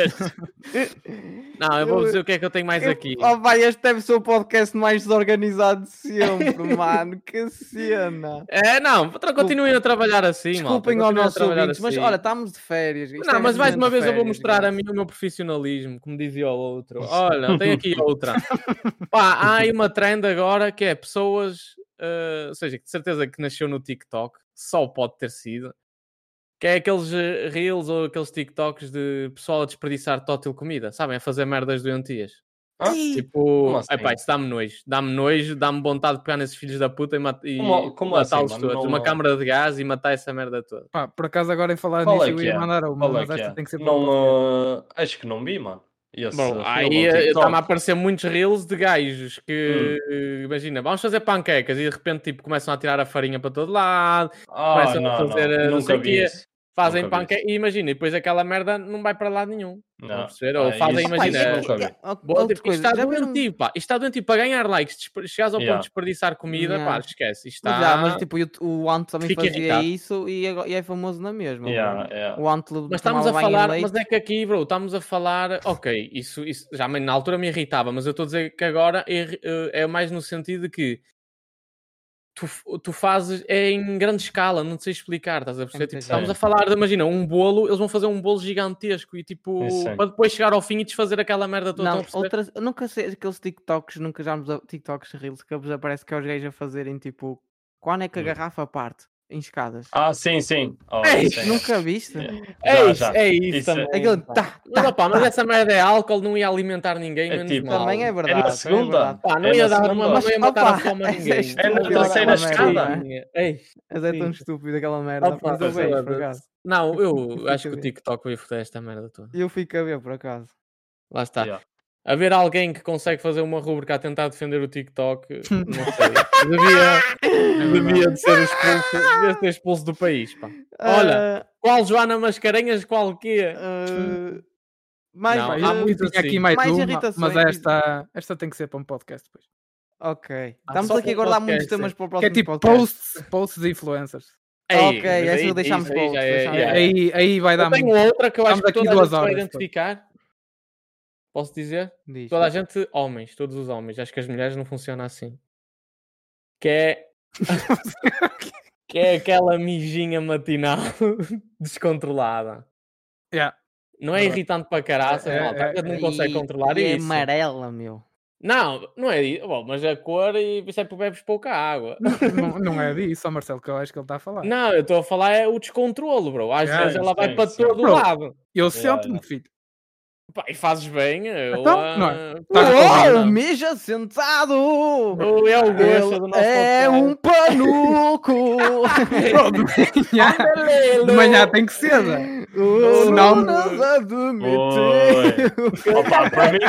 S3: Não, eu vou
S6: Eu-
S3: dizer o que é que eu tenho mais
S6: eu-
S3: aqui.
S6: Oh, vai, este deve ser o podcast mais desorganizado de sempre, mano. Que cena.
S3: É, não, tra- continuem a trabalhar assim,
S6: Desculpem
S3: malta,
S6: ao
S3: continuem a
S6: nosso
S3: trabalhar
S6: ouvintes, mas
S3: assim.
S6: olha, tá, estamos de férias. isto é
S3: Não, mas mais
S6: mesmo
S3: uma
S6: de
S3: vez eu vou
S6: férias,
S3: mostrar a
S6: guys.
S3: mim o meu profissionalismo, como dizia o outro. Olha, tem aqui outra. Pá, há aí uma trend agora que é pessoas, eh, ou seja, que de certeza que nasceu no TikTok, só pode ter sido, que é aqueles eh, reels ou aqueles TikToks de pessoal a desperdiçar tótil comida, sabem? A fazer merdas doentias.
S4: Hã?
S3: Tipo,
S4: Ah, assim?
S3: epá, isso dá-me nojo, dá-me nojo, dá-me vontade de pegar nesses filhos da puta e, mat- e
S4: Como- como assim,
S3: matá-los
S4: mano?
S3: todos.
S4: Não-
S3: Uma
S4: não-
S3: câmara de gás e matar essa merda toda.
S5: Pá, por acaso agora em falar
S4: Qual
S5: nisso
S4: é
S5: eu
S4: que
S5: ia
S4: é?
S5: mandar uma,
S4: Qual é
S5: mas
S4: que
S5: esta
S4: é?
S5: tem que ser para o podcast.
S4: Não, ah, acho que não vi, mano. Esse
S3: Bom,
S4: filme no
S3: aí eh,
S4: TikTok.
S3: está-me a aparecer muitos reels de gajos que,
S4: Hum.
S3: imagina, vamos fazer panquecas e de repente tipo, começam a tirar a farinha para todo lado,
S4: Ah,
S3: começam a
S4: não,
S3: fazer, eh,
S4: não,
S3: não
S4: nunca
S3: sei o
S4: vi
S3: quê.
S4: isso.
S3: fazem
S4: Nunca vi
S3: panqueca e imagina, e depois aquela merda não vai para lado nenhum. Estão a
S4: Não.
S3: perceber? Ou
S4: Ah,
S3: fazem,
S4: isso-
S6: Pá,
S3: imagina.
S4: isso
S3: eh,
S4: não nunca vi.
S6: é- é-
S3: boa,
S6: outra
S3: tipo, isto está
S6: já viram-
S3: doentio, pá. Isto está doentio para ganhar likes. desper- Chegares ao
S4: Yeah.
S3: ponto de desperdiçar comida, pá,
S6: Yeah.
S3: esquece. Isto
S6: Mas
S3: está...
S6: Já, mas tipo, o, Ant- o Ant também
S3: Tá. Fica
S6: fazia
S3: irritado.
S6: isso e, agora- e é famoso na mesma.
S4: Yeah,
S6: mano.
S4: yeah.
S6: O Ant
S3: Mas estamos a falar, mas é que aqui, bro, estamos a falar, ok, isso, isso já me- na é altura me irritava, mas eu estou a dizer que agora é, eh, é mais no sentido de que tu, f- tu fazes é em grande escala, não sei explicar, estás a perceber?
S6: muita
S3: Tipo, estamos
S4: gente.
S3: a falar de, imagina, um bolo, eles vão fazer um bolo gigantesco e tipo,
S4: Eu sei.
S3: para depois chegar ao fim e desfazer aquela merda toda.
S6: Não,
S3: estão a perceber?
S6: outras, eu nunca sei aqueles TikToks, nunca já vos a- TikToks reels que vos aparece que é os gays a fazerem tipo quando é que a
S4: Hum.
S6: garrafa parte em escadas.
S4: Ah, sim, sim. Oh,
S3: Ei,
S4: sim.
S6: É Nunca viste?
S4: Yeah.
S3: É
S4: Já,
S3: isso,
S4: já.
S3: é isso,
S4: Isso é-
S3: também.
S6: Aquele
S3: pá.
S6: tá,
S3: Mas, opá, mas essa merda é álcool, não ia alimentar ninguém,
S4: É
S3: menos
S4: tipo-
S3: mal.
S6: também é
S4: É
S6: verdade.
S4: na
S6: também é
S4: segunda.
S6: verdade.
S3: Pá, não
S4: é
S3: ia
S4: na
S3: dar
S4: segunda.
S3: uma, não ia
S6: Mas,
S3: matar a
S6: opa,
S3: fome a
S6: essa é
S3: ninguém.
S6: estúpida
S4: É na terceira
S6: aquela merda.
S4: escada.
S3: Ei,
S6: Mas é tão
S3: Sim.
S6: estúpido aquela merda.
S3: Opa,
S6: mas eu
S3: sei lá,
S6: vejo por
S3: mas-
S6: acaso.
S3: Não,
S6: Fico
S3: eu acho que
S6: a
S3: o
S6: ver.
S3: TikTok vai foder esta merda toda.
S6: Eu fico a ver por acaso.
S3: Lá está.
S4: Yeah.
S3: Haver alguém que consegue fazer uma rubrica a tentar defender o TikTok, não sei. Devia, devia de ser expulso, devia ser expulso do país. Pá. Olha, Qual Joana Mascarenhas, qual quê?
S6: Ah, ah, mais,
S3: Não,
S5: Pá,
S3: há
S6: ah,
S5: eu
S3: muito
S5: tinha
S3: assim.
S5: aqui mais,
S6: Mais
S5: uma,
S6: irritações,
S5: mas esta, esta tem que ser para um podcast depois.
S6: Ok.
S3: Ah,
S6: Estamos
S3: só
S6: aqui
S3: para
S6: a
S3: o
S6: guardar muitos
S3: podcast,
S6: temas para o
S5: Que
S6: próximo
S5: é tipo
S6: podcast.
S5: posts, posts de influencers.
S6: Ok,
S3: mas
S6: essa
S3: aí-
S6: deixámos
S3: isso
S6: para
S3: aí
S6: outro,
S3: já é-
S6: deixámos
S3: é-
S6: para
S5: Aí, aí vai dar
S3: Eu tenho
S5: muito.
S3: outra que eu acho
S5: Estamos
S3: que
S5: aqui
S3: toda a
S5: duas
S3: gente vai
S5: horas, pô.
S3: identificar. Posso dizer?
S6: Diz.
S5: é
S3: Toda a gente, homens, todos os homens. Acho que as mulheres não funcionam assim. Que é. que é aquela mijinha matinal descontrolada.
S5: Yeah.
S3: Não é
S5: Verdade.
S3: irritante para caraça,
S5: É,
S3: malta.
S5: é,
S3: A gente não consegue
S6: E-
S3: controlar
S6: e É
S3: isso.
S6: amarela, meu.
S3: Não, não é isso. Bom, mas a cor e por isso é que bebes pouca água.
S5: Não, não é disso, ó Marcelo, que eu acho que ele está a falar.
S3: Não, eu estou a falar é o descontrolo, bro. Às
S4: Yeah,
S3: vezes ela
S4: isso
S3: vai
S4: tem,
S3: para
S4: isso tem.
S3: todo
S5: Bro.
S3: lado.
S5: Eu
S4: Yeah,
S5: sento-me,
S4: yeah.
S5: filho.
S3: Pá, e fazes bem. Eu,
S5: Então, não
S3: ah,
S5: Tá com razão.
S6: Uou, mija sentado!
S3: eu, eu gosto do
S6: Ele
S3: nosso
S6: é
S3: podcast.
S6: um panuco!
S5: Yeah. De manhã tem que ser. né?
S6: o
S5: Não me-
S6: Nunes admitiu!
S4: Oi. Opa, para mim,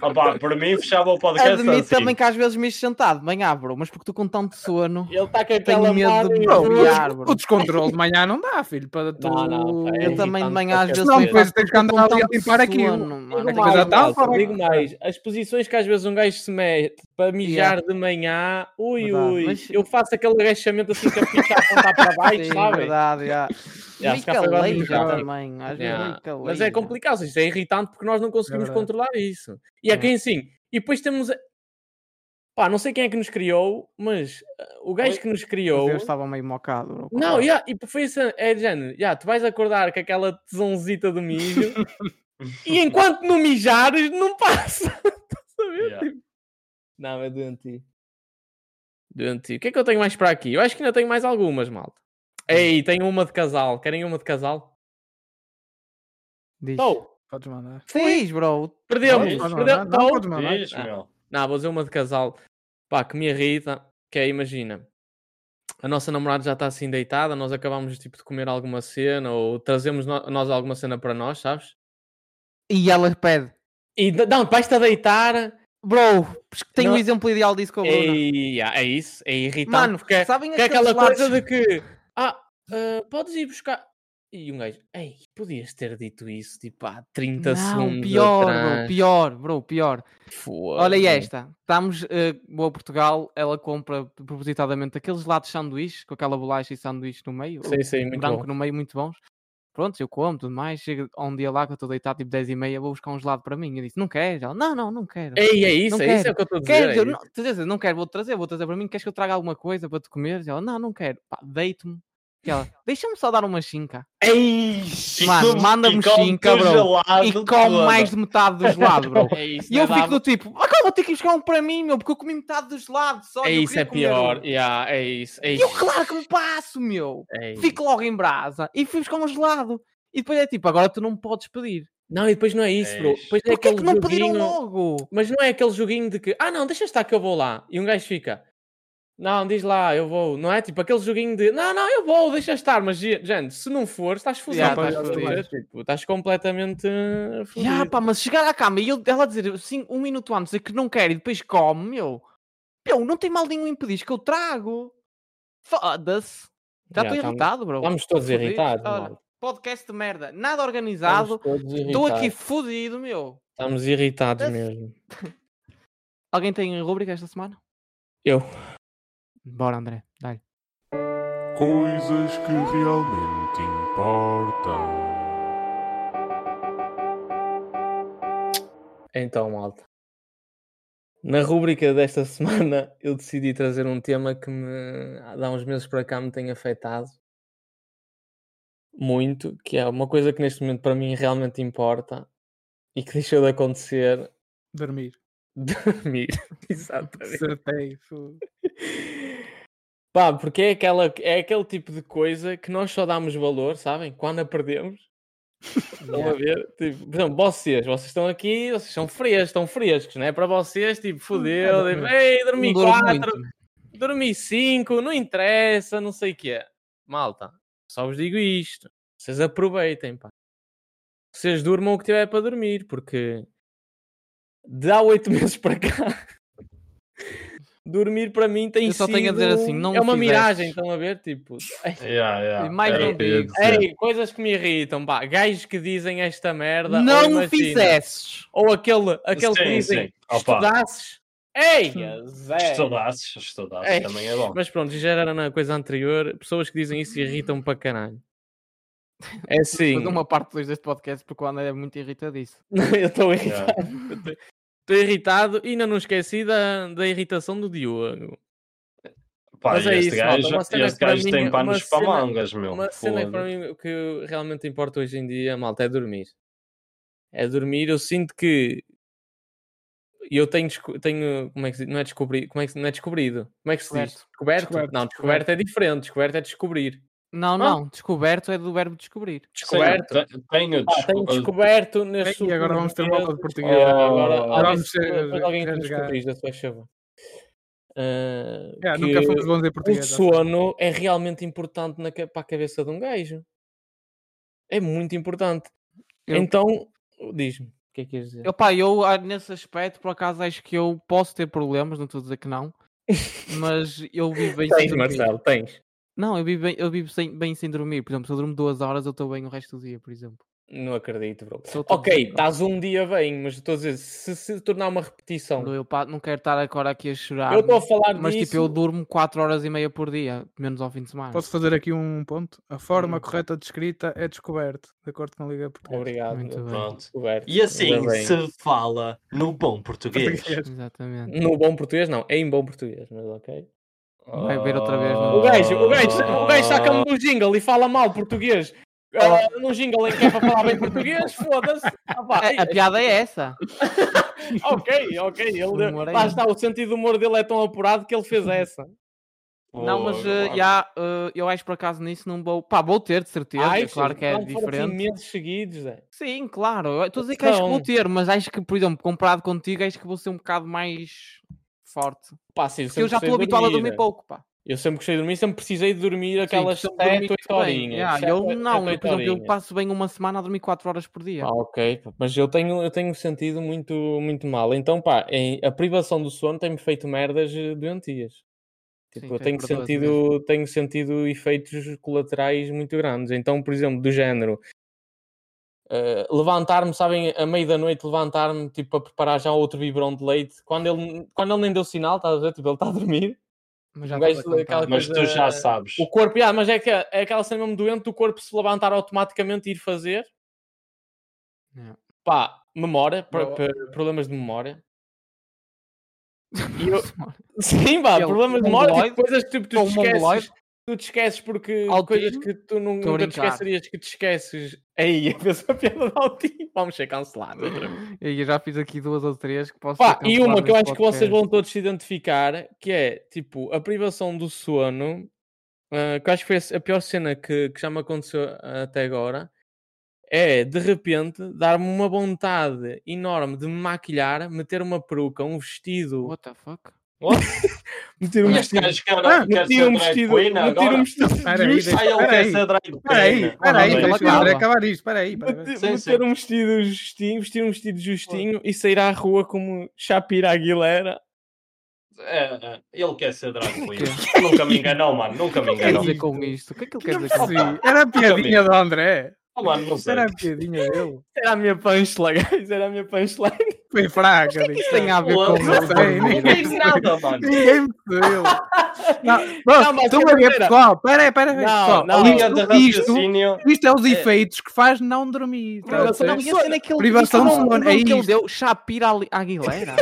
S4: opa, para mim fechava o
S3: é
S4: podcast
S6: Admito
S4: assim.
S6: também que às vezes mijo sentado, bem abro, mas porque tu com tanto sono.
S3: Ele está com
S6: Tenho
S3: aquela
S6: medo de
S3: mão e-
S5: Bro,
S6: Não,
S5: o des-
S6: árvore.
S5: o descontrole de manhã não dá, filho. Para tu...
S3: Não, não, pá, é assim,
S6: Eu também de
S3: irritante
S6: manhã
S3: para
S6: às vezes
S3: cacete.
S5: Não,
S6: sei
S5: depois
S6: lá,
S5: tens que andar
S6: com
S5: ali a
S6: tanto
S5: limpar aquilo.
S6: sono, mano.
S3: Digo
S5: Aquela coisa
S3: mais,
S5: tá
S3: malta,
S5: fora.
S3: digo mais. As posições que às vezes um gajo se mete para mijar de manhã, ui
S6: Verdade,
S3: ui,
S6: mas-
S3: eu faço aquele agachamento assim que a picha apontar para baixo,
S6: Sim, é
S3: sabem?
S6: verdade, já.
S3: Já,
S6: Me
S3: se calhar foi agora
S6: calei
S3: muito
S6: já
S3: tarde.
S6: também. Às vezes
S3: Yeah.
S6: me calei.
S3: Mas é complicado, isto é irritante porque nós não conseguimos
S5: verdade.
S3: controlar isso. E é há quem sim. assim, E depois temos. a- Pá, não sei quem é que nos criou, mas ah, o gajo que nos criou.
S6: Eu estava meio mocado. bro.
S3: Não, yeah, e foi isso, é de género, yeah, tu vais acordar com aquela tesãozita do mijo e enquanto não mijares, não passa. Estás a ver?
S4: Yeah.
S3: Não, é doentio. Doentio. O que é que eu tenho mais para aqui? Eu acho que ainda tenho mais algumas, malta. Ei, tenho uma de casal. Querem uma de casal?
S6: Diz.
S3: Estou.
S5: Podes mandar.
S6: Diz, bro.
S3: Perdemos.
S4: Podes
S5: mandar,
S3: Perdemos.
S5: não, é?
S3: Tô.
S5: podes mandar.
S4: Diz, meu.
S3: Não, vou dizer uma de casal. Pá, que me irrita. Que é, imagina. A nossa namorada já está assim deitada. Nós acabamos tipo, de comer alguma cena ou trazemos no- nós alguma cena para nós, sabes?
S6: E ela pede.
S3: E d- não, vais-te a deitar.
S6: Bro, tenho
S3: Não-
S6: um exemplo ideal disso com a Bruna.
S3: E, ah, é isso. É irritante.
S6: Mano,
S3: porque é-
S6: sabem
S3: que é aquela
S6: aqueles lados-
S3: coisa de que ah, ah, podes ir buscar. E um gajo, ei, podias ter dito isso tipo há 30
S6: Não,
S3: segundos.
S6: pior, bro,
S3: um atrás.
S6: pior, bro, pior.
S3: Foda-se.
S6: Olha aí esta. Estamos, eh, vou a Portugal, ela compra propositadamente aqueles lados de sanduíche, com aquela bolacha e sanduíche no meio,
S3: Sim, sim, muito
S6: branco
S3: bom.
S6: no meio, muito bons. Pronto, eu como, tudo mais. Chega a um dia lá que eu estou deitado, tipo 10 e meia, vou buscar um gelado para mim. Eu disse, não queres? Ela, não, não, não quero.
S3: Ei, é isso,
S6: Não
S3: é isso é
S6: quero.
S3: o que eu estou a dizer.
S6: Quer
S3: é
S6: dizer,
S3: isso.
S6: não, tu dizes, não quero, vou trazer, vou trazer para mim, queres que eu traga alguma coisa para te comer? Ela, não, não quero. Pá, deito-me. E ela, deixa-me só dar uma chinca.
S4: Ei,
S6: Mano,
S4: e tu-
S6: manda-me
S4: e come
S6: chinca, bro.
S4: gelado
S6: E come
S4: todo.
S6: mais de metade do gelado, bro.
S3: É isso,
S6: E
S3: não
S6: eu
S3: dá-
S6: fico do tipo, ah, calma, vou ter que ir buscar um para mim, meu, porque eu comi metade dos lados só.
S3: É
S6: e eu
S3: isso,
S6: queria
S3: é
S6: comer um.
S3: pior. Yeah, é isso, é
S6: E eu,
S3: isso.
S6: claro que me passo, meu.
S3: é isso.
S6: Fico logo em brasa e fui buscar um gelado. E depois é tipo, agora tu não me podes pedir.
S3: Não, e depois não é isso, bro.
S4: Eish.
S3: Depois é
S6: Porquê
S3: aquele
S6: que não pediram
S3: joguinho-
S6: logo?
S3: Mas não é aquele joguinho de que, ah não, deixa estar que eu vou lá. E um gajo fica, não, diz lá, eu vou. Não é tipo aquele joguinho de, não, não, eu vou, deixa estar. Mas, ge- gente, se não for, estás fudido.
S6: Yeah,
S3: estás,
S6: estás
S3: a perceber? Tipo, estás completamente uh,
S6: Já,
S3: fudido.
S6: ah, pá, mas chegar à cama e eu- ela dizer assim, um minuto antes é que não quer e depois come, meu. Meu, não tem mal nenhum em pedir que eu trago. Foda-se. Já
S3: Yeah,
S6: estou
S3: tamo-
S6: irritado, bro.
S3: Estamos todos
S6: Fudidos.
S3: irritados,
S6: Olha,
S3: mano.
S6: podcast de merda. Nada organizado.
S3: Estamos todos
S6: Estou aqui
S3: irritados.
S6: fodido, meu.
S3: Estamos irritados
S6: Esse-
S3: mesmo.
S6: Alguém tem rubrica esta semana?
S3: Eu.
S6: Bora, André. Dá-lhe.
S7: Coisas que realmente importam.
S3: Então, malta. Na rúbrica desta semana, eu decidi trazer um tema que me, há uns meses para cá me tem afetado muito, que é uma coisa que neste momento para mim realmente importa e que deixou de acontecer
S5: Dormir.
S3: dormir. Exatamente.
S5: Acertei. fogo.
S3: Pá, porque é, aquela, é aquele tipo de coisa que nós só damos valor, sabem? Quando a perdemos. Estão a ver? Tipo, por exemplo, vocês, vocês estão aqui, vocês são frescos, estão frescos, não é? Para vocês, tipo, fodeu, tipo, ei, dormi
S6: é, Não durmo
S3: quatro,
S6: muito.
S3: dormi cinco, não interessa, não sei o que é. Malta, só vos digo isto. Vocês aproveitem, pá. Vocês durmam o que tiver para dormir, porque de há oito meses para cá, dormir para mim tem
S6: Eu
S3: sido...
S6: só tenho a dizer assim, não
S3: É uma
S6: fizestes.
S3: miragem, estão a ver? Tipo... ai,
S4: Yeah, yeah.
S6: E mais
S4: Era
S6: não
S4: o que eu ia
S6: digo.
S4: dizer.
S3: Ei, coisas que me irritam, pá. Gajos que dizem esta merda. ou
S6: Não
S3: imagina,
S6: fizesses.
S3: Ou aquele, aquele que
S4: Sim,
S3: dizem
S4: sim. Opa.
S3: estudasses. Ei,
S6: Hum.
S3: Zé.
S4: Estudasses, estudasses
S3: Ei,
S4: também é bom.
S3: Mas pronto, já era na coisa anterior. Pessoas que dizem isso irritam para caralho. É sim.
S6: Fazer uma parte 2 deste podcast porque o André é muito irritadiço.
S3: Eu estou irritado.
S4: Yeah.
S3: Estou irritado e ainda não esqueci da, da irritação do Diogo.
S4: Pá,
S3: Mas é
S4: este
S3: isso, malta,
S4: gajo,
S3: uma cena
S4: este
S3: que para
S4: gajo
S3: mim-
S4: tem
S3: uma
S4: panos para
S3: cena-
S4: mangas, meu.
S3: Uma cena que para
S4: foda-se.
S3: mim o que realmente importa hoje em dia, malta, é dormir. É dormir. Eu sinto que eu tenho, desco- tenho como é que se diz? não é descobrir, como é que se- não é descobrido. Como é que se diz? Descoberto?
S5: Descoberto,
S3: Não, descoberto é diferente, descoberto é descobrir. Ah.
S6: Não, não. Descoberto é do verbo descobrir.
S4: Sim,
S3: Descoberto.
S4: te- Tenho,
S3: Pá, tenho descoberto neste
S5: Ei, E
S3: último
S5: agora vamos ter
S3: dia-
S5: uma aula de português.
S4: Oh.
S3: Agora,
S4: Vamos
S3: alguém,
S5: ser-
S3: depois alguém que é nos
S5: jogar.
S3: corrija, se faz favor. Ah,
S5: Yeah,
S3: que-
S5: Nunca fomos bons em
S3: o
S5: português.
S3: sono é realmente importante na ca- para a cabeça de um gajo. É muito importante.
S6: Eu-
S3: Então, diz-me, o que é que queres dizer?
S6: Eu, pá, eu ah, nesse aspecto, por acaso, acho que eu posso ter problemas, não estou a dizer que não. Mas eu vivo bem sem dormir.
S3: tens.
S6: Não, eu vivo, bem, eu vivo sem- bem sem dormir. Por exemplo, se eu durmo duas horas, eu estou bem o resto do dia, por exemplo.
S3: Não acredito, bro.
S6: Sou todo
S3: Ok,
S6: dia.
S3: estás um dia bem, mas estou a dizer, se se tornar uma repetição.
S6: Eu pá, não quero estar agora aqui a chorar.
S3: Eu estou a falar
S6: Mas
S3: disso.
S6: tipo, eu durmo 4 horas e meia por dia, menos ao fim de semana.
S5: Posso fazer aqui um ponto? A forma correta de escrita é descoberto, de acordo com a Liga Portuguesa.
S3: Obrigado.
S6: Muito
S3: eu-
S6: bem.
S4: Pronto.
S3: descoberto,
S4: E assim
S3: ainda bem.
S4: se fala no bom português.
S6: Exatamente.
S3: No bom português, não. É em bom português, mas ok.
S6: Vai ver outra vez, não?
S3: Ah. O gajo, o gajo, o gajo saca-me do jingle e fala mal português. Ah, num jingle em que é para falar bem português, foda-se. Ah, pá,
S6: A, a piada Oh. é essa.
S3: Ok, ok. Ele deu-
S6: humor é
S3: Lá
S6: esse.
S3: está, o sentido do humor dele é tão apurado que ele fez essa.
S6: Não, mas eh,
S4: Fogo.
S6: já, eh, eu acho por acaso nisso não vou. Pá, vou ter, de certeza.
S3: Ai,
S6: claro que é
S3: foram assim
S6: diferente.
S3: meses seguidos, é. Zé.
S6: Sim, claro. eu Estou a dizer que acho que vou
S3: Então.
S6: ter, mas acho que, por exemplo, comparado contigo, acho que vou ser um bocado mais forte.
S3: Pá, sim,
S6: Porque eu
S3: sempre
S6: já
S3: gostei
S6: estou
S3: de
S6: habituado a dormir
S3: Zé.
S6: pouco, pá.
S3: Eu sempre gostei de dormir, sempre precisei de dormir aquelas
S6: costumo
S3: 7,
S6: dormir
S3: 8
S6: muito bem.
S3: horinhas.
S6: Yeah,
S3: sete,
S6: eu
S3: oito-
S6: não,
S3: sete,
S6: eu,
S3: oito
S6: por exemplo, eu
S3: horinhas.
S6: passo bem uma semana a dormir 4 horas por dia.
S3: Ah, ok, pá, mas eu tenho, eu tenho sentido muito, muito mal. Então, pá, em- a privação do sono tem-me feito merdas eh, doentias. Tipo,
S6: Sim,
S3: eu
S6: tens
S3: tenho
S6: verdade
S3: sentido, tenho sentido efeitos colaterais muito grandes. Então, por exemplo, do género, eh, levantar-me, sabem, a meio da noite, levantar-me, tipo, para preparar já outro biberão de leite. Quando ele, quando ele nem deu sinal, estás a ver? Tipo, ele está a dormir.
S6: Mas já
S3: Um
S6: estou
S3: gajo
S6: bastante
S3: daquela-
S6: alto.
S4: Mas tu já sabes.
S3: O corpo, ah, mas é, que, é aquela cena mesmo doente do corpo se levantar automaticamente e ir fazer.
S6: Yeah.
S3: Pá, memória, pro-
S5: Boa.
S3: pro- problemas de memória. E eu- Sim, pá,
S6: Ele-
S3: problemas de
S6: um
S3: memória, tipo,
S6: mongoloide,
S3: coisas que tipo, tu
S6: ou
S3: te
S6: um mongoloide.
S3: esqueces. Tu te esqueces porque coisas
S6: Autismo?
S3: que tu nun-
S6: Tô
S3: nunca
S6: a
S3: te
S6: brincar.
S3: esquecerias que te esqueces. Aí, a vez a piada de autismo. Vamos ser cancelados outra vez.
S6: E eu já fiz aqui duas ou três que posso
S3: Pá,
S6: ser
S3: e uma
S6: cancelado
S3: que eu
S6: neste
S3: acho que vocês
S6: um podcast.
S3: vão todos se identificar, que é tipo a privação do sono, ah, que eu acho que foi a pior cena que, que já me aconteceu até agora, é de repente dar-me uma vontade enorme de me maquilhar, meter uma peruca, um vestido,
S6: What the fuck?
S3: meter um
S4: Este
S3: vestido,
S4: gajo quer, quer
S3: meter
S4: ser
S3: um
S4: drag
S3: vestido,
S4: queen
S3: meter
S4: agora.
S3: um vestido,
S5: Espera aí,
S3: justo,
S5: deixa-
S4: Ah, ele
S5: espera
S4: quer
S5: aí.
S4: ser drag
S5: Espera aí,
S4: queen.
S5: espera
S4: Ah,
S5: aí,
S4: bem.
S6: ela
S5: deixa eu
S6: acaba.
S5: acabar isto, espera aí. espera aí.
S3: meter,
S4: Sim,
S3: meter
S4: sim.
S3: um vestido justinho, vestir um vestido justinho e sair à rua como Shapira Aguilera.
S4: É, é, ele quer ser drag queen. Nunca me enganou, mano. Nunca me
S6: O que quer
S4: enganou.
S6: dizer com isto? O que é que ele quer
S5: Não
S6: dizer com
S5: percebi.
S6: isto?
S5: Era a piadinha do André.
S4: Oh, mano, não sei.
S5: Era a piadinha dele.
S3: Era a minha punchline, guys, era a minha punchline.
S5: Foi fraca.
S6: Isto é tem a ver
S4: Não
S6: com
S4: sei, não
S6: o
S4: tem nada, mano.
S5: Ninguém me percebeu. Não,
S3: Não,
S5: não,
S3: mas
S5: estão
S3: quer
S5: a ver,
S3: dizer-
S5: pessoal. Pera aí, pera aí.
S3: Não,
S5: pessoal.
S3: não.
S4: Linha de
S5: Isto, isto,
S4: raciocínio.
S5: isto é os efeitos que faz não dormir. tá a
S3: Privação do
S5: perceber?
S6: Não, e a cena Então, que ele
S5: Privação de é
S6: disse, não,
S5: sono,
S6: não,
S5: é
S6: que ele
S5: isto.
S6: deu Shapira Ali- Aguilera.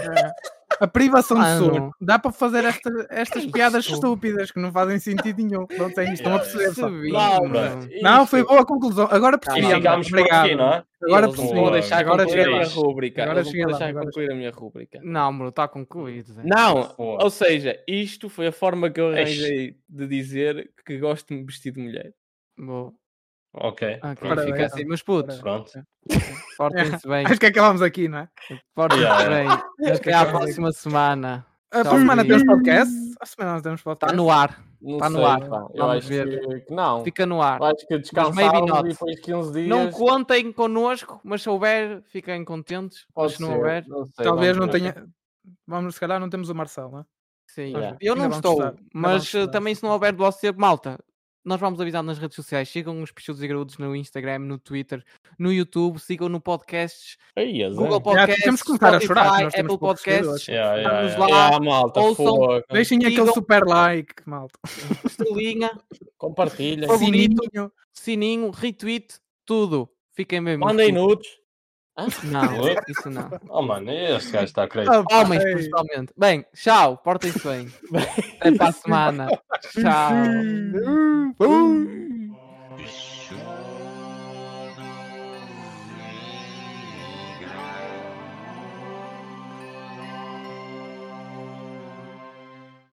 S5: A privação
S6: Ah,
S5: de sono.
S6: não.
S5: Dá para fazer esta- estas piadas
S6: isso?
S5: estúpidas que não fazem sentido nenhum. Não tem, estão a perceber. só.
S6: Percebi,
S3: Não,
S6: mano.
S5: Não, foi boa a conclusão. Agora percebi.
S4: E
S5: Amanda.
S4: ficámos por
S5: Obrigado.
S4: aqui, não é?
S5: Agora
S3: Eles não
S5: percebi.
S3: vão deixar
S5: Agora
S3: concluir a
S5: cheguei
S3: minha
S5: lá.
S3: rúbrica.
S5: Agora
S3: Eles não
S5: cheguei
S3: vão
S5: lá,
S3: deixar
S5: agora
S3: concluir a minha rúbrica.
S6: Não, bro, tá está concluído. Zé.
S3: Não,
S4: Foda.
S3: ou seja, isto foi a forma que eu
S4: Eish.
S3: arranjei de dizer que gosto de me vestir de mulher.
S6: Boa.
S4: Ok,
S6: Ok,
S5: Parabéns.
S6: fica assim. Mas putos,
S4: pronto.
S6: portem-se bem.
S5: Acho que acabámos aqui, não é?
S6: Portem-se
S4: Yeah,
S6: bem.
S5: Acho que é assim.
S6: Até à
S5: acabámos aqui.
S6: próxima semana.
S5: A
S6: Tchau,
S5: semana
S6: amigo.
S5: temos podcast. A semana não temos podcast.
S6: Está no ar.
S3: Não
S6: Tá no
S3: sei,
S6: ar,
S3: pá, Eu
S6: vamos
S3: acho
S6: ver.
S3: que não.
S6: Fica no ar.
S3: Eu acho que
S6: maybe
S3: descansávamos
S6: not.
S3: e depois 15 dias.
S6: Não contem connosco, mas se houver, fiquem contentes.
S3: pode
S6: mas se não
S3: ser,
S6: houver,
S3: não sei,
S5: Talvez
S3: vamos ver.
S5: não tenha. Vamos, se calhar não temos o Marcel, não é?
S6: sim.
S3: Yeah.
S6: Eu não
S5: Ainda vamos
S6: estou,
S5: testar, ainda vamos
S6: mas eh,
S5: testar,
S6: também
S5: sim.
S6: se não houver de você, malta, nós vamos avisar nas redes sociais. Sigam os Pichudos e Graúdos no Instagram, no Twitter, no YouTube, sigam no podcast,
S4: é
S3: Ei, azar.
S6: Google
S5: Já
S6: Podcast,
S5: temos que começar a
S6: Spotify,
S5: chorar, que nós temos
S6: Apple
S5: poucos
S6: Podcasts.
S4: Yeah, yeah,
S6: Vamos
S4: yeah.
S6: lá,
S3: Yeah, malta,
S6: ouçam-
S3: fogo.
S5: Deixem
S6: Digam-
S5: aquele super like, malta.
S6: estrelinha,
S3: Compartilhem.
S6: Fogo. Favorito.
S5: Sininho.
S6: sininho, retweet, tudo. Fiquem bem. meus
S3: Mandem
S6: putos.
S3: nudes.
S6: Não,
S4: Oi?
S6: isso não.
S4: Oh, mano, este gajo está
S6: Ah,
S4: crazy.
S6: Homens,
S5: Ei.
S6: principalmente. Bem, tchau, portem-se bem. Até para a semana. Tchau.